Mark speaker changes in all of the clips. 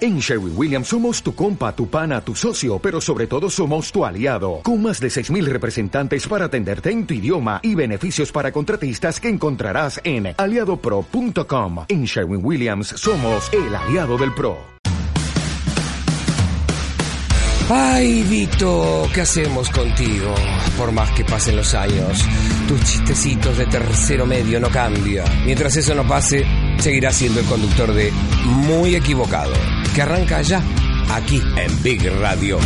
Speaker 1: En Sherwin Williams somos tu compa, tu pana, tu socio, pero sobre todo somos tu aliado, con más de 6.000 representantes para atenderte en tu idioma y beneficios para contratistas que encontrarás en aliadopro.com. En Sherwin Williams somos el aliado del PRO.
Speaker 2: Ay, Vito, ¿qué hacemos contigo? Por más que pasen los años, tus chistecitos de tercero medio no cambian. Mientras eso no pase, seguirás siendo el conductor de Muy Equivocado, que arranca ya, aquí en Big Radio.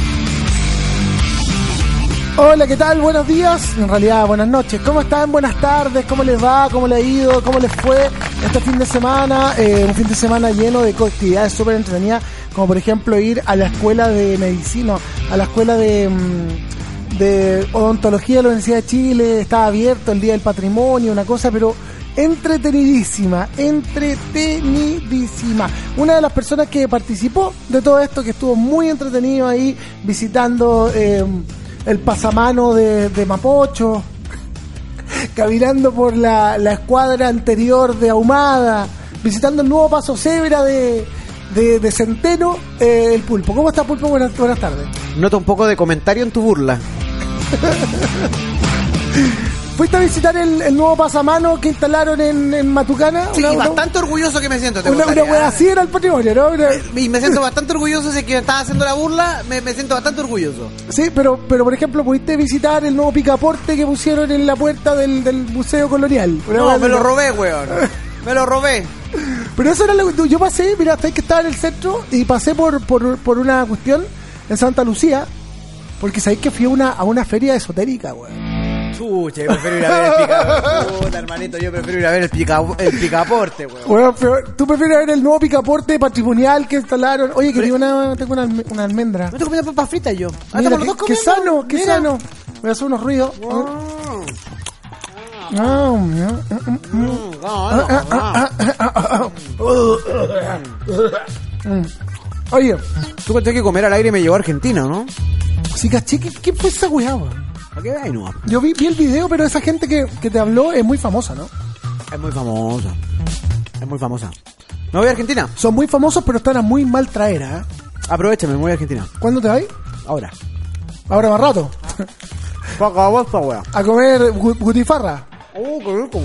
Speaker 3: Hola, ¿qué tal? Buenos días, en realidad buenas noches. ¿Cómo están? Buenas tardes, ¿cómo les va? ¿Cómo les ha ido? ¿Cómo les fue este fin de semana? Eh, un fin de semana lleno de co- actividades súper entretenidas, como por ejemplo ir a la escuela de medicina, a la escuela de, mm, de odontología de la Universidad de Chile, estaba abierto el Día del Patrimonio, una cosa, pero entretenidísima, entretenidísima. Una de las personas que participó de todo esto, que estuvo muy entretenido ahí visitando... eh, el pasamano de, de Mapocho, caminando por la, la escuadra anterior de Ahumada, visitando el nuevo paso cebra de, de, de Centeno, eh, el pulpo. ¿Cómo está pulpo? Buenas, buenas tardes.
Speaker 4: Nota un poco de comentario en tu burla.
Speaker 3: ¿Fuiste a visitar el, el nuevo pasamano que instalaron en, en Matucana?
Speaker 4: Sí,
Speaker 3: Una- una-
Speaker 4: bastante orgulloso que me siento. te
Speaker 3: Una, una
Speaker 4: contaré,
Speaker 3: wea
Speaker 4: ¿ah?
Speaker 3: así era el patrimonio, ¿no? Una-
Speaker 4: Y me siento bastante orgulloso de que estaba haciendo la burla. Me, me siento bastante orgulloso.
Speaker 3: Sí, pero, pero por ejemplo, ¿pudiste visitar el nuevo picaporte que pusieron en la puerta del, del Museo Colonial? Una wea
Speaker 4: No, me
Speaker 3: así,
Speaker 4: lo robé, weón. Me lo robé.
Speaker 3: Pero eso era lo que yo pasé, mira, hasta ahí que estaba en el centro y pasé por, por, por una cuestión en Santa Lucía, porque sabéis que fui a una, a una feria esotérica, güey.
Speaker 4: Chucha, yo prefiero ir a ver el picaporte. Puta, hermanito, yo prefiero ir a ver el, pica, el picaporte, weón.
Speaker 3: Bueno, pero tú prefieres ver el nuevo picaporte patrimonial que instalaron. Oye, que tengo una, tengo una, alme- una almendra.
Speaker 4: No te comí papas fritas yo. Ah,
Speaker 3: Mira,
Speaker 4: estamos los
Speaker 3: qué,
Speaker 4: dos
Speaker 3: qué
Speaker 4: comiendo.
Speaker 3: sano, qué
Speaker 4: Mira.
Speaker 3: sano. Voy a hacer unos ruidos. Ah, mira.
Speaker 4: Mm, no, no, no. Mm,
Speaker 3: Oye,
Speaker 4: Tú contaste que comer al aire me llevó a Argentina, ¿no?
Speaker 3: si caché, ¿qué, qué fue esa weá, güey?
Speaker 4: ¿Para qué veáis, no?
Speaker 3: Yo vi, vi el video, pero esa gente que, que te habló es muy famosa, ¿no?
Speaker 4: Es muy famosa. Es muy famosa. Me voy a Argentina.
Speaker 3: Son muy famosos, pero están a muy mal traer, ¿ah?
Speaker 4: Aprovechame, me voy a Argentina.
Speaker 3: ¿Cuándo te vas?
Speaker 4: Ahora.
Speaker 3: Ahora más rato.
Speaker 4: Poco a vos, pa' weón.
Speaker 3: A comer gu- gutifarra.
Speaker 4: Oh, qué rico.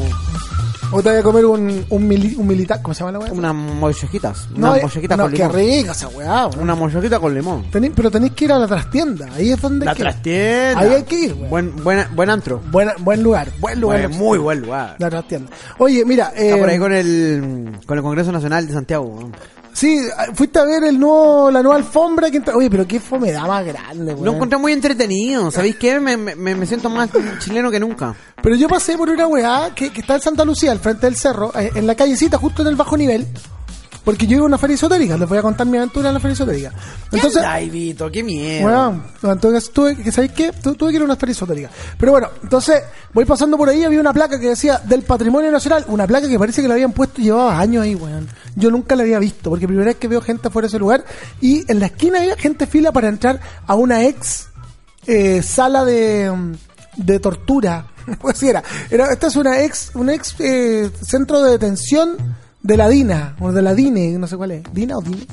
Speaker 3: O te vas a comer un, un, mili- un militar. ¿Cómo se llama la weá?
Speaker 4: Unas mollejitas.
Speaker 3: No,
Speaker 4: Unas
Speaker 3: eh,
Speaker 4: mollejitas
Speaker 3: no,
Speaker 4: con
Speaker 3: qué
Speaker 4: limón.
Speaker 3: rica esa weá. weón.
Speaker 4: Una mollejita con limón.
Speaker 3: Tení- pero tenéis que ir a la trastienda. Ahí es donde. hay que ir.
Speaker 4: trastienda.
Speaker 3: Ahí hay que ir, weón.
Speaker 4: Buen, buen, buen antro.
Speaker 3: Buena- buen lugar. Buen lugar.
Speaker 4: Buen- muy buen lugar.
Speaker 3: La trastienda. Oye, mira.
Speaker 4: Está por ahí
Speaker 3: eh,
Speaker 4: con el, con el Congreso Nacional de Santiago. weón.
Speaker 3: Sí, ah, fuiste a ver el nuevo, la nueva alfombra. Que entra- Oye, pero qué fomedad más grande, weón.
Speaker 4: Lo encontré muy entretenido. ¿Sabéis qué? Me, me, me siento más chileno que nunca.
Speaker 3: Pero yo pasé por una weá que, que está en Santa Lucía, al frente del cerro, eh, en la callecita, justo en el bajo nivel. Porque yo iba a una feria esotérica, les voy a contar mi aventura en la feria esotérica. Entonces,
Speaker 4: Ay, Vito, qué miedo.
Speaker 3: weón, entonces tuve que, ¿sabéis qué? Tu- tuve que ir a una feria esotérica. Pero bueno, entonces voy pasando por ahí, había una placa que decía del patrimonio nacional, una placa que parece que la habían puesto y llevaba años ahí, weón. Yo nunca la había visto, porque primera vez que veo gente fuera de ese lugar, y en la esquina había gente fila para entrar a una ex eh, sala de, mm, de tortura. Pues sí, era. Era- Esta es una ex, un ex eh, centro de detención de la DINA, o de la DINE, E, no sé cuál es. ¿DINA o DINE?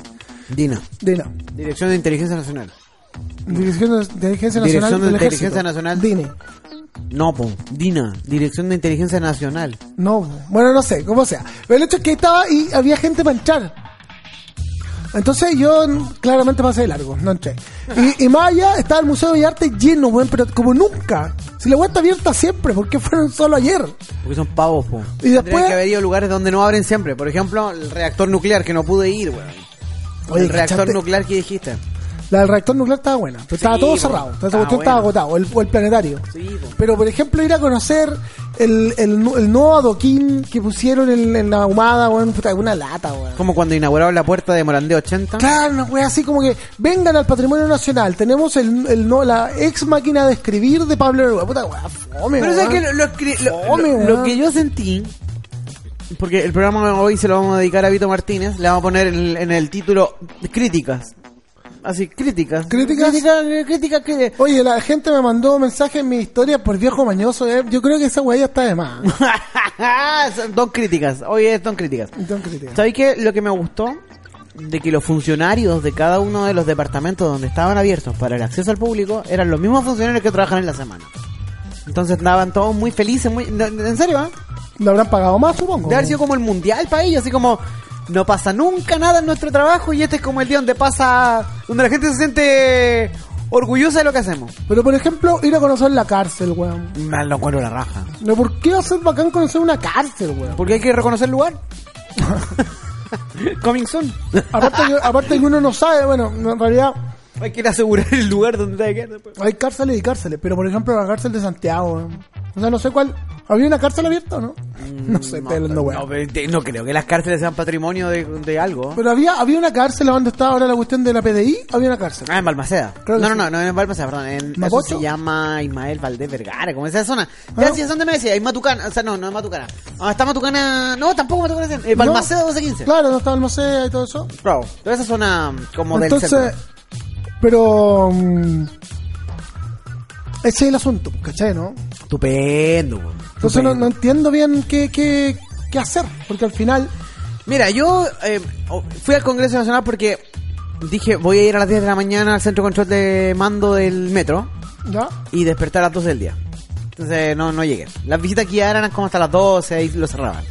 Speaker 4: Dina,
Speaker 3: DINA.
Speaker 4: Dirección de Inteligencia Nacional.
Speaker 3: Dirección de Inteligencia Nacional
Speaker 4: Dirección de
Speaker 3: del
Speaker 4: Inteligencia
Speaker 3: Ejército.
Speaker 4: Nacional.
Speaker 3: DINE.
Speaker 4: No, po. Dina, Dirección de Inteligencia Nacional.
Speaker 3: No, bueno, no sé, como sea. Pero el hecho es que ahí estaba y había gente para entrar. Entonces yo mm, claramente pasé de largo, no entré. Y, y más allá estaba el Museo de Bellas Artes lleno, weón, pero como nunca. Si la web está abierta siempre, ¿por qué fueron solo ayer?
Speaker 4: Porque son pavos, po.
Speaker 3: Y después-
Speaker 4: Tendrían que haber ido a lugares donde no abren siempre. Por ejemplo, el reactor nuclear, que no pude ir, weón.
Speaker 3: Oye,
Speaker 4: el reactor
Speaker 3: ¿cachaste?
Speaker 4: nuclear que dijiste.
Speaker 3: La del reactor nuclear estaba buena, pero estaba
Speaker 4: Sí,
Speaker 3: todo
Speaker 4: bueno,
Speaker 3: cerrado, entonces esa
Speaker 4: estaba
Speaker 3: cuestión estaba
Speaker 4: bueno.
Speaker 3: agotado, o el, o el planetario.
Speaker 4: Sí, po.
Speaker 3: pero por ejemplo ir a conocer el, el, nu- el nuevo adoquín que pusieron en, en la ahumada, weón, puta, una lata, weón.
Speaker 4: Como cuando inauguraron la puerta de Morandé 80.
Speaker 3: Claro, una wea así como que vengan al patrimonio nacional, tenemos el, el no, la ex máquina de escribir de Pablo Neruda, puta wea, fome,
Speaker 4: Pero
Speaker 3: weón.
Speaker 4: ¿sabes qué? Lo, lo escri- lo-
Speaker 3: Fome,
Speaker 4: lo-
Speaker 3: weón.
Speaker 4: lo que yo sentí, porque el programa hoy se lo vamos a dedicar a Vito Martínez, le vamos a poner en, el- en el título críticas. Así, críticas.
Speaker 3: ¿Críticas?
Speaker 4: Críticas, críticas, críticas.
Speaker 3: Oye, la gente me mandó mensajes en mi historia por viejo mañoso, eh. yo creo que esa wea ya está de más.
Speaker 4: Son- Don Críticas, hoy es Don Críticas.
Speaker 3: Entonces, crítica.
Speaker 4: ¿Sabéis qué? Lo que me gustó de que los funcionarios de cada uno de los departamentos donde estaban abiertos para el acceso al público eran los mismos funcionarios que trabajan en la semana. Entonces andaban todos muy felices, muy... no, En serio, ¿ah?
Speaker 3: ¿Lo habrán pagado más, supongo?
Speaker 4: De haber sido como el mundial para ellos, así como no pasa nunca nada en nuestro trabajo y este es como el día donde pasa, donde la gente se siente orgullosa de lo que hacemos.
Speaker 3: Pero, por ejemplo, ir a conocer la cárcel, weón.
Speaker 4: Me lo cuero la raja.
Speaker 3: No, ¿Por qué va a ser bacán conocer una cárcel, weón?
Speaker 4: Porque hay que reconocer el lugar. Coming soon.
Speaker 3: Aparte que, aparte que uno no sabe, bueno, en realidad
Speaker 4: Hay que ir a asegurar el lugar donde pues. te quedar. después.
Speaker 3: hay cárceles y cárceles, pero por ejemplo la cárcel de Santiago, weón. o sea, no sé cuál. ¿Había una cárcel abierta o no? No sé, estoy hablando, weón.
Speaker 4: Mm, No, pero te- no creo que las cárceles sean patrimonio de, de algo.
Speaker 3: Pero había, había una cárcel, ¿a ¿dónde está ahora la cuestión de la PDI? Había una cárcel.
Speaker 4: Ah, en Balmaceda.
Speaker 3: Creo que
Speaker 4: no, no,
Speaker 3: sí.
Speaker 4: no, no, en Balmaceda, perdón. En, eso
Speaker 3: ¿Mapocho?
Speaker 4: se llama Ismael Valdés Vergara, como esa zona. Ya,
Speaker 3: Ah.
Speaker 4: sí, es donde me decía, hay Matucana. O sea, no, no es Matucana. Ah, está Matucana. No, tampoco Matucana. Eh, Balmaceda
Speaker 3: No,
Speaker 4: 1215.
Speaker 3: Claro, no estaba el museo y todo eso.
Speaker 4: Bravo. Toda esa zona mm, como del
Speaker 3: Entonces,
Speaker 4: centro.
Speaker 3: pero... mm, ese es el asunto, ¿cachai, no?
Speaker 4: Estupendo, weón.
Speaker 3: Entonces no,
Speaker 4: Estupendo.
Speaker 3: no entiendo bien qué, qué, qué hacer, porque al final...
Speaker 4: Mira, yo eh, o- fui al Congreso Nacional porque dije, voy a ir a las 10 de la mañana al centro de control de mando del metro
Speaker 3: ¿Ya?
Speaker 4: y despertar a las 12 del día. Entonces no, no llegué. Las visitas que ya eran como hasta las 12 y lo cerraban.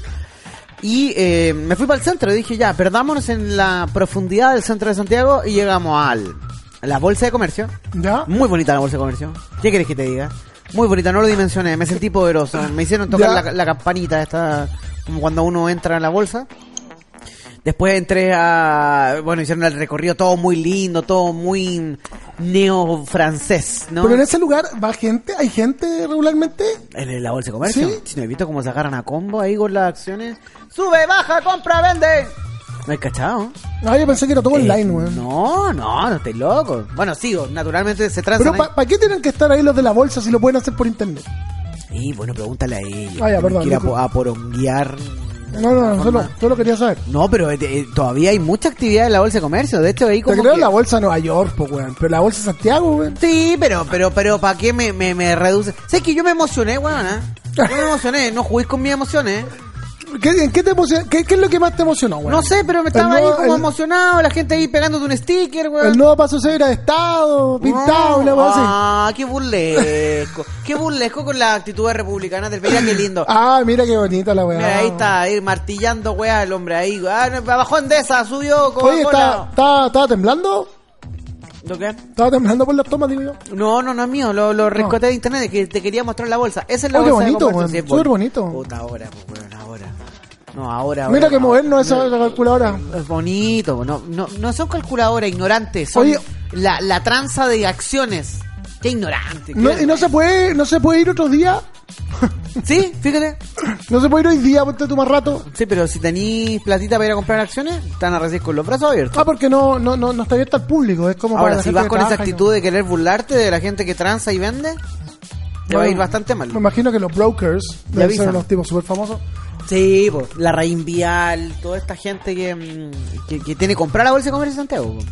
Speaker 4: Y eh, me fui para el centro y dije, ya, perdámonos en la profundidad del centro de Santiago y llegamos al, a la bolsa de comercio.
Speaker 3: ¿Ya?
Speaker 4: Muy bonita la bolsa de comercio. ¿Qué querés que te diga? Muy bonita, no lo dimensioné, me sentí poderoso. Me hicieron
Speaker 3: Ya.
Speaker 4: tocar la, la campanita esta, como cuando uno entra en la bolsa. Después entré a... Bueno, hicieron el recorrido todo muy lindo, todo muy neo-francés, ¿no?
Speaker 3: Pero en ese lugar va gente, hay gente regularmente.
Speaker 4: En la bolsa de comercio.
Speaker 3: ¿Sí?
Speaker 4: Si no he visto cómo se agarran a combo ahí con las acciones. ¡Sube, baja, compra, vende! No hay cachado.
Speaker 3: Ah, yo pensé que era todo
Speaker 4: Eh,
Speaker 3: online, weón.
Speaker 4: no, no, no estoy loco. Bueno, sigo, naturalmente se transan
Speaker 3: Pero
Speaker 4: ahí.
Speaker 3: ¿para qué tienen que estar ahí los de la bolsa si lo pueden hacer por internet?
Speaker 4: Y bueno, pregúntale a ellos.
Speaker 3: Ah, ya,
Speaker 4: Tienen
Speaker 3: perdón,
Speaker 4: que ir a, po-
Speaker 3: disculpa.
Speaker 4: a poronguear.
Speaker 3: No, no, no, solo,
Speaker 4: Forma-
Speaker 3: solo quería saber.
Speaker 4: No, pero eh, eh, todavía hay mucha actividad en la bolsa de comercio. De hecho, ahí
Speaker 3: Te
Speaker 4: como.
Speaker 3: creo
Speaker 4: que-
Speaker 3: la bolsa de Nueva York, po, weón. Pero la bolsa de Santiago, weón.
Speaker 4: Sí, pero, pero, pero, ¿para qué me, me, me reduce? Sé que yo me emocioné, weón, ¿eh? Yo me emocioné, no juguéis con mis emociones. ¿eh?
Speaker 3: ¿Qué, en qué, te emocion- qué, qué es lo que más te emocionó, weón?
Speaker 4: No sé, pero me estaba
Speaker 3: El
Speaker 4: ahí
Speaker 3: nuevo-
Speaker 4: como
Speaker 3: el-
Speaker 4: emocionado, la gente ahí pegándote un sticker,
Speaker 3: El
Speaker 4: weón.
Speaker 3: nuevo paso se era de Estado, pintado, una cosa así.
Speaker 4: Ah, qué burlesco. qué burlesco con la actitud republicana del país. Qué lindo.
Speaker 3: Ah, mira qué bonita la weá.
Speaker 4: Mira, ahí está, ahí martillando, weá, el hombre ahí. Ah, no, bajó Endesa, subió
Speaker 3: Oye,
Speaker 4: Coca-Cola.
Speaker 3: está- está- ¿estaba temblando?
Speaker 4: ¿Lo qué?
Speaker 3: Estaba temblando por las tomas, digo yo.
Speaker 4: No, no, no es mío, lo, lo rescaté de internet, es que te quería mostrar la bolsa. Esa es la
Speaker 3: Oh, qué
Speaker 4: bolsa de
Speaker 3: bonito,
Speaker 4: comercio,
Speaker 3: weón,
Speaker 4: sí, es
Speaker 3: súper
Speaker 4: bonita.
Speaker 3: bonito.
Speaker 4: Puta, ahora, pues, weón, ahora. No, ahora,
Speaker 3: Mira
Speaker 4: ahora,
Speaker 3: qué
Speaker 4: no.
Speaker 3: moderno esa esa calculadora.
Speaker 4: Es bonito, no, no, no son calculadoras ignorantes, son
Speaker 3: Oye.
Speaker 4: la, la tranza de acciones. Qué ignorante. qué-
Speaker 3: No, y no se puede, no se puede ir otro día.
Speaker 4: Sí, fíjate.
Speaker 3: No se puede ir hoy día, ponte tú más rato.
Speaker 4: Sí, pero si tenís platita para ir a comprar acciones, están a recibir con los brazos abiertos.
Speaker 3: Ah, porque no, no, no, no está abierta al público. Es como para
Speaker 4: Ahora,
Speaker 3: la
Speaker 4: si
Speaker 3: gente
Speaker 4: vas
Speaker 3: que
Speaker 4: con esa
Speaker 3: trabaja y no-
Speaker 4: actitud de querer burlarte de la gente que tranza y vende, te va a ir
Speaker 3: Bueno,
Speaker 4: bastante mal.
Speaker 3: Me imagino que los brokers deben ser
Speaker 4: avisan.
Speaker 3: unos tipos súper famosos.
Speaker 4: Sí, po, la Raín Vial, toda esta gente que, mm, que, que tiene que comprar la bolsa de comercio de Santiago. po.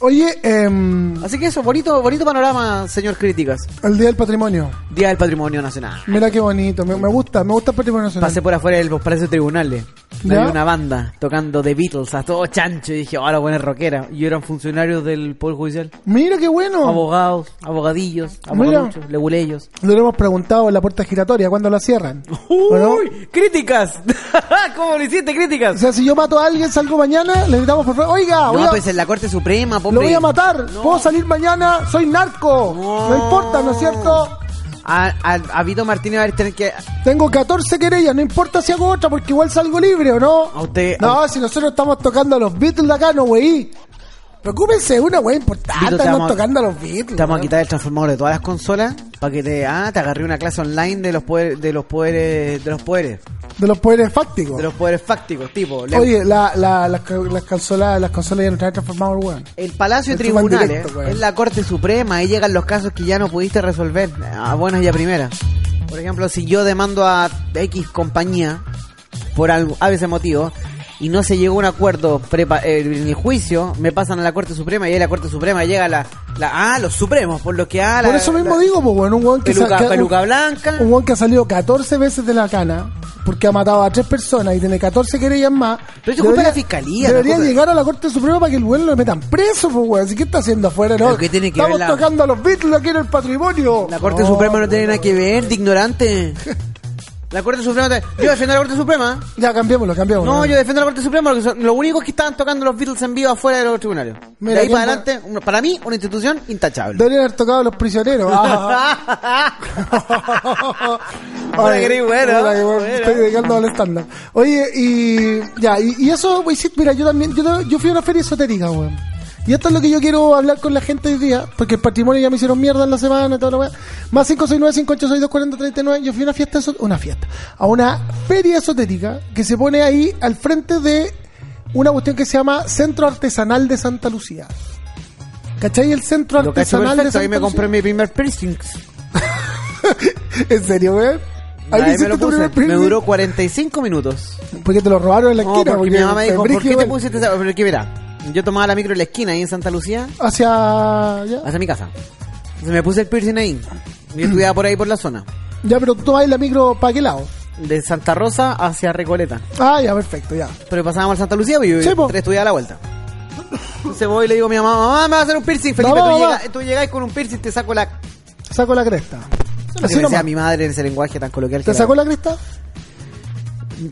Speaker 3: Oye, em,
Speaker 4: Así que eso, bonito, bonito panorama, señor Críticas.
Speaker 3: el Día del Patrimonio.
Speaker 4: Día del Patrimonio Nacional.
Speaker 3: Mira qué bonito. Me, me gusta, me gusta el Patrimonio Nacional.
Speaker 4: Pasé por afuera del Palacio Tribunales.
Speaker 3: ¿Ya?
Speaker 4: Había una banda tocando The Beatles a todo chancho y dije, ahora buena rockera. Y eran funcionarios del Poder Judicial.
Speaker 3: Mira qué bueno.
Speaker 4: Abogados, abogadillos,
Speaker 3: Oh. Mira.
Speaker 4: abogaduchos, leguleyos.
Speaker 3: Lo hemos preguntado en la puerta giratoria, ¿cuándo la cierran? ¿O no?
Speaker 4: ¡Uy! ¡Críticas! ¿Cómo le hiciste
Speaker 3: O
Speaker 4: críticas?
Speaker 3: sea, si yo mato a alguien, salgo mañana, le gritamos por favor, oiga,
Speaker 4: No,
Speaker 3: voy a-
Speaker 4: pues en la Corte Suprema,
Speaker 3: lo voy
Speaker 4: pobre.
Speaker 3: a matar,
Speaker 4: No.
Speaker 3: puedo salir mañana, soy narco, no, importa, ¿no es cierto?
Speaker 4: A, a, a Vito Martínez va a tener que.
Speaker 3: Tengo 14 querellas, no importa si hago otra, porque igual salgo libre, ¿o no?
Speaker 4: A usted-
Speaker 3: no, si nosotros estamos tocando a los Beatles de acá, no, güey. Preocúpense, una güey importante,
Speaker 4: Vito, te
Speaker 3: estamos
Speaker 4: vamos a-
Speaker 3: tocando a los Beatles.
Speaker 4: Te vamos a
Speaker 3: ¿no?
Speaker 4: quitar el transformador de todas las consolas para que te. Ah, te agarré una clase online de los poderes. De los poderes. De los poderes.
Speaker 3: De los poderes fácticos.
Speaker 4: De los poderes fácticos, tipo. le-
Speaker 3: Oye, la, la, las, ca- las consolas, las consolas ya no traen transformado el weón.
Speaker 4: El Palacio de
Speaker 3: Esto va en
Speaker 4: Tribunales
Speaker 3: directo, weón.
Speaker 4: es la Corte Suprema. Ahí llegan los casos que ya no pudiste resolver. Ah, A buenas y a primeras. Por ejemplo, si yo demando a X compañía por algo, a veces motivo, y no se llegó a un acuerdo prepa- eh, en el juicio, me pasan a la Corte Suprema y ahí la Corte Suprema llega la, la ah, los Supremos, por lo que ah, la-
Speaker 3: Por eso mismo
Speaker 4: la-
Speaker 3: digo, pues, bueno, un weón que,
Speaker 4: Peluca-
Speaker 3: que-
Speaker 4: peluca
Speaker 3: un-
Speaker 4: blanca.
Speaker 3: Un weón que ha salido 14 veces de la cana porque ha matado a tres personas y tiene 14 querellas más.
Speaker 4: Pero eso es culpa de la fiscalía,
Speaker 3: Debería
Speaker 4: la cosa-
Speaker 3: llegar a la Corte Suprema para que el weón lo metan preso, pues, weón. Así que está haciendo afuera, ¿no?
Speaker 4: Pero ¿qué tiene que
Speaker 3: Estamos
Speaker 4: ver la-
Speaker 3: tocando a los Beatles aquí en el patrimonio.
Speaker 4: La Corte
Speaker 3: No,
Speaker 4: Suprema no
Speaker 3: weón.
Speaker 4: tiene nada que ver, de ignorante. La Corte Suprema, te- yo defiendo a la Corte Suprema.
Speaker 3: Ya, cambiémoslo, cambiémoslo.
Speaker 4: No, yo defiendo a la Corte Suprema porque son- lo único es que estaban tocando los Beatles en vivo afuera de los tribunales.
Speaker 3: Mira,
Speaker 4: de ahí
Speaker 3: ¿quién
Speaker 4: para
Speaker 3: va-
Speaker 4: adelante, un- para mí, una institución intachable.
Speaker 3: Deberían haber tocado a los prisioneros. Ah.
Speaker 4: Hola, querido, bueno,
Speaker 3: hola, que bueno,
Speaker 4: bueno.
Speaker 3: Estoy dedicando al stand-up. Oye, y ya, y, y eso, güey, sí, mira, yo también, yo, yo fui a una feria esotérica, güey. Y esto es lo que yo quiero hablar con la gente hoy día, porque el patrimonio ya me hicieron mierda en la semana y toda la weá. Más 569-586-240-39, yo fui a una fiesta, eso- una fiesta, a una feria esotérica que se pone ahí al frente de una cuestión que se llama Centro Artesanal de Santa Lucía. ¿Cachai? El Centro
Speaker 4: Lo que hace
Speaker 3: Artesanal de
Speaker 4: perfecto,
Speaker 3: Santa
Speaker 4: ahí me
Speaker 3: Lucía.
Speaker 4: compré mi primer piercing.
Speaker 3: ¿En serio, güey? Ahí
Speaker 4: Ahí me
Speaker 3: hiciste
Speaker 4: lo
Speaker 3: tu
Speaker 4: puse.
Speaker 3: primer piercing.
Speaker 4: Me duró 45 minutos.
Speaker 3: Porque te lo robaron en la
Speaker 4: No,
Speaker 3: esquina.
Speaker 4: porque mi mamá me dijo,
Speaker 3: fue
Speaker 4: ¿por qué
Speaker 3: brígido,
Speaker 4: te
Speaker 3: güey.
Speaker 4: pusiste esa? Porque mira, yo tomaba la micro en la esquina ahí en Santa Lucía,
Speaker 3: Hacia... Ya,
Speaker 4: hacia mi casa. Entonces me puse el piercing ahí. Yo estudiaba por ahí por la zona.
Speaker 3: ya pero tú tomabas la micro para qué lado.
Speaker 4: De Santa Rosa hacia Recoleta.
Speaker 3: Ah, ya, perfecto, ya.
Speaker 4: Pero pasábamos al Santa Lucía, pues yo
Speaker 3: Sí, po.
Speaker 4: tres estudiaba a la vuelta. Entonces voy y le digo a mi mamá, mamá, me va a hacer un piercing, Felipe.
Speaker 3: Mamá,
Speaker 4: tú,
Speaker 3: mamá.
Speaker 4: llega- tú llegáis con un piercing, te saco la...
Speaker 3: Saco la cresta.
Speaker 4: Lo que
Speaker 3: Así
Speaker 4: me decía
Speaker 3: nomás.
Speaker 4: mi madre en ese lenguaje tan coloquial.
Speaker 3: ¿Te sacó la cresta?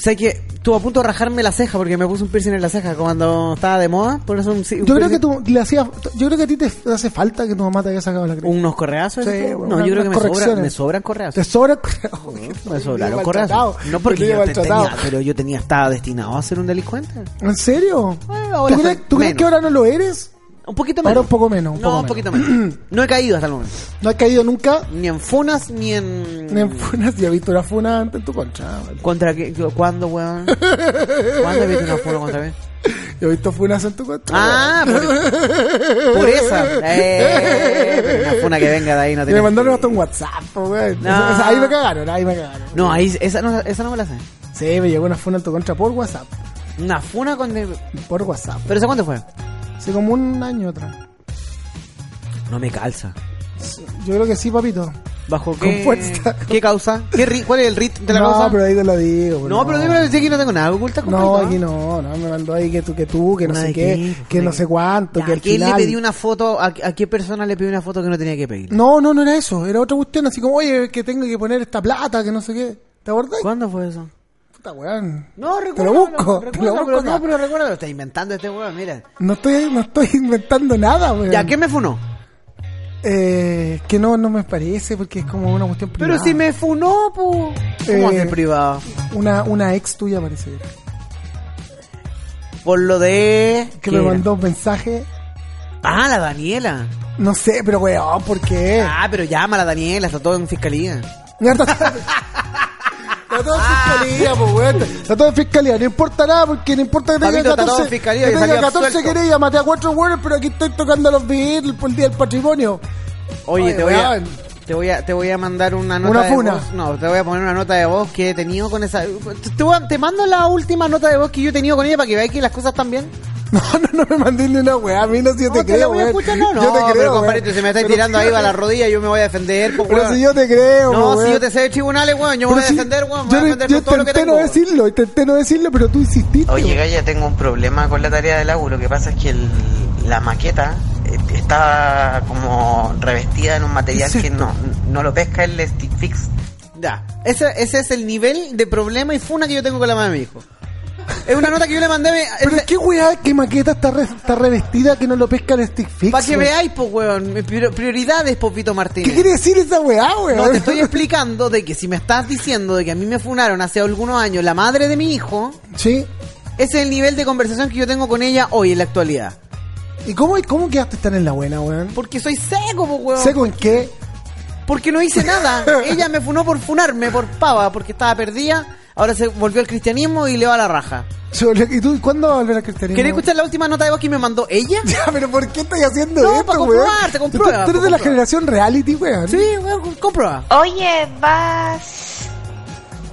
Speaker 4: Sé que estuvo a punto de rajarme la ceja porque me puse un piercing en la ceja cuando estaba de moda. Por eso un, un
Speaker 3: Yo creo
Speaker 4: piercing-
Speaker 3: que tú le hacías... Yo creo que a ti te hace falta que tu mamá te haya sacado la cresta.
Speaker 4: ¿Unos correazos?
Speaker 3: Sí,
Speaker 4: ¿eso tú?
Speaker 3: bueno,
Speaker 4: no, yo creo que me,
Speaker 3: unas
Speaker 4: sobran,
Speaker 3: correcciones.
Speaker 4: me sobran
Speaker 3: Te
Speaker 4: correazos.
Speaker 3: sobra el correo.
Speaker 4: Me sobraron
Speaker 3: Te
Speaker 4: correazos.
Speaker 3: maltratado.
Speaker 4: No porque
Speaker 3: Te
Speaker 4: yo te
Speaker 3: maltratado.
Speaker 4: tenía, pero yo tenía, estaba destinado a ser un delincuente.
Speaker 3: ¿En serio?
Speaker 4: Bueno, ahora
Speaker 3: ¿Tú crees,
Speaker 4: soy
Speaker 3: tú crees
Speaker 4: menos.
Speaker 3: que ahora no lo eres?
Speaker 4: Un poquito menos.
Speaker 3: Ahora un poco menos, un
Speaker 4: no,
Speaker 3: poco
Speaker 4: un poquito menos. No he caído hasta el momento.
Speaker 3: No has caído nunca
Speaker 4: Ni en funas, ni en...
Speaker 3: ni en funas. Ya he visto una funa en tu contra. güey.
Speaker 4: ¿Contra qué? ¿Cuándo, weón? ¿Cuándo he visto una funa contra mí?
Speaker 3: Yo he visto funas en tu contra.
Speaker 4: Ah, por, por esa. Eh, pero una funa que venga de ahí no
Speaker 3: Y me
Speaker 4: tiene...
Speaker 3: mandaron hasta un WhatsApp, po, güey.
Speaker 4: No.
Speaker 3: Esa- esa- ahí me cagaron, ahí me cagaron.
Speaker 4: No, ahí, esa no, esa no me la sé.
Speaker 3: Sí, me llegó una funa en tu contra por WhatsApp.
Speaker 4: Una funa con...
Speaker 3: Por WhatsApp.
Speaker 4: ¿Pero esa cuándo fue?
Speaker 3: Hace como un año atrás.
Speaker 4: No me calza.
Speaker 3: Yo creo que sí, papito.
Speaker 4: ¿Bajo
Speaker 3: Con
Speaker 4: qué?
Speaker 3: fuerza.
Speaker 4: ¿Qué causa? ¿Qué ri- ¿Cuál es el ritmo de la
Speaker 3: no,
Speaker 4: causa?
Speaker 3: pero ahí te lo digo. po,
Speaker 4: no, pero dime si aquí no tengo nada oculta.
Speaker 3: No, aquí no, no, me mandó ahí que tú, que tú, que no
Speaker 4: Una
Speaker 3: sé
Speaker 4: de
Speaker 3: qué,
Speaker 4: qué,
Speaker 3: que
Speaker 4: una
Speaker 3: no
Speaker 4: de
Speaker 3: sé
Speaker 4: qué.
Speaker 3: cuánto, que
Speaker 4: ¿A
Speaker 3: al
Speaker 4: quién
Speaker 3: final...
Speaker 4: le pedí una foto? ¿A, a qué persona le pedí una foto que no tenía que pedir?
Speaker 3: No, no, no era eso, era otra cuestión, así como, oye, que tengo que poner esta plata, que no sé qué. ¿Te acordás?
Speaker 4: ¿Cuándo fue eso?
Speaker 3: Puta weón.
Speaker 4: No,
Speaker 3: Te lo busco, te lo busco
Speaker 4: pero,
Speaker 3: acá. Eh,
Speaker 4: no, pero recuerda, lo está inventando este weón, mira.
Speaker 3: No estoy, no estoy inventando nada, weón.
Speaker 4: ¿Ya qué me funó?
Speaker 3: Eh, que no, no me parece, porque es como una cuestión
Speaker 4: Pero
Speaker 3: privada.
Speaker 4: si me funó, pu. ¿Cómo
Speaker 3: Eh.
Speaker 4: hace privado?
Speaker 3: Una, una ex tuya parece
Speaker 4: Por lo de.
Speaker 3: que
Speaker 4: ¿qué
Speaker 3: me
Speaker 4: era?
Speaker 3: mandó un mensaje.
Speaker 4: Ah, la Daniela.
Speaker 3: No sé, pero weón, ¿por qué?
Speaker 4: Ah, pero llama a la Daniela, está todo en fiscalía.
Speaker 3: Mierda, Está está todo en fiscalía, po, weón. Está todo en fiscalía. No importa nada, porque no importa que tenga
Speaker 4: Papito, está
Speaker 3: 14.
Speaker 4: todo en fiscalía,
Speaker 3: que
Speaker 4: que
Speaker 3: tenga
Speaker 4: salió
Speaker 3: 14
Speaker 4: absuelto.
Speaker 3: querellas, maté a cuatro weones, pero aquí estoy tocando a los Beatles por el día del patrimonio.
Speaker 4: Oye,
Speaker 3: Oye,
Speaker 4: te, voy a,
Speaker 3: weón.
Speaker 4: te voy a te voy a mandar una nota
Speaker 3: Una
Speaker 4: de
Speaker 3: funa.
Speaker 4: voz. No, te voy a poner una nota de voz que he tenido con esa. Te, te voy a- te mando la última nota de voz que yo he tenido con ella para que veáis que las cosas están bien.
Speaker 3: No, no, no me mandé ni una weá. A mí no sé, yo
Speaker 4: No,
Speaker 3: te
Speaker 4: te la
Speaker 3: creo,
Speaker 4: voy a
Speaker 3: weón.
Speaker 4: escuchar, no, no.
Speaker 3: Yo te creo,
Speaker 4: pero
Speaker 3: weón.
Speaker 4: compadre, si me estáis
Speaker 3: Pero-
Speaker 4: tirando ahí a la rodilla, yo me voy a defender. po,
Speaker 3: Pero
Speaker 4: weón.
Speaker 3: si yo te creo,
Speaker 4: No,
Speaker 3: weón.
Speaker 4: si yo te sé de tribunales, weón, yo
Speaker 3: Pero
Speaker 4: me voy a
Speaker 3: si-
Speaker 4: defender, weón. me
Speaker 3: Yo,
Speaker 4: voy a
Speaker 3: no-
Speaker 4: defender
Speaker 3: yo
Speaker 4: con todo lo que
Speaker 3: intenté no
Speaker 4: tengo.
Speaker 3: decirlo, intenté no decirlo, pero tú insististe.
Speaker 5: Oye,
Speaker 3: weón.
Speaker 5: Gaya, tengo un problema con la tarea de laburo. Lo que pasa es que el- la maqueta eh, está como revestida en un material que no, no lo pesca el stick fix.
Speaker 4: Ya. Ese, ese es el nivel de problema y funa que yo tengo con la mamá de mi hijo. Es una nota que yo le mandé. me-
Speaker 3: Pero qué weá, qué maqueta está, re- está revestida que no lo pesca el stick fix.
Speaker 4: Para que
Speaker 3: weón?
Speaker 4: veáis, pues, weón. mi prior- Prioridades, Popito Martínez.
Speaker 3: ¿Qué quiere decir esa weá, weón?
Speaker 4: No, te estoy explicando de que si me estás diciendo de que a mí me funaron hace algunos años la madre de mi hijo,
Speaker 3: Sí.
Speaker 4: ese es el nivel de conversación que yo tengo con ella hoy en la actualidad.
Speaker 3: ¿Y cómo, cómo quedaste tan en la buena, weón?
Speaker 4: Porque soy seco, po, weón.
Speaker 3: ¿Sé con qué?
Speaker 4: Porque no hice nada. ella me funó por funarme, por pava, porque estaba perdida. Ahora se volvió al cristianismo y le va a la raja.
Speaker 3: Yo- ¿Y tú cuándo vas a volver a cristianismo?
Speaker 4: ¿Querés escuchar la última nota de voz que me mandó ella?
Speaker 3: Ya, pero ¿por qué estás haciendo
Speaker 4: No,
Speaker 3: esto,
Speaker 4: para
Speaker 3: weón?
Speaker 4: comprobar,
Speaker 3: Tú-
Speaker 4: te comprueba,
Speaker 3: Tú, eres
Speaker 4: para
Speaker 3: de la
Speaker 4: comprobar.
Speaker 3: generación reality, weón.
Speaker 4: Sí, weón, comprueba.
Speaker 6: Oye, vas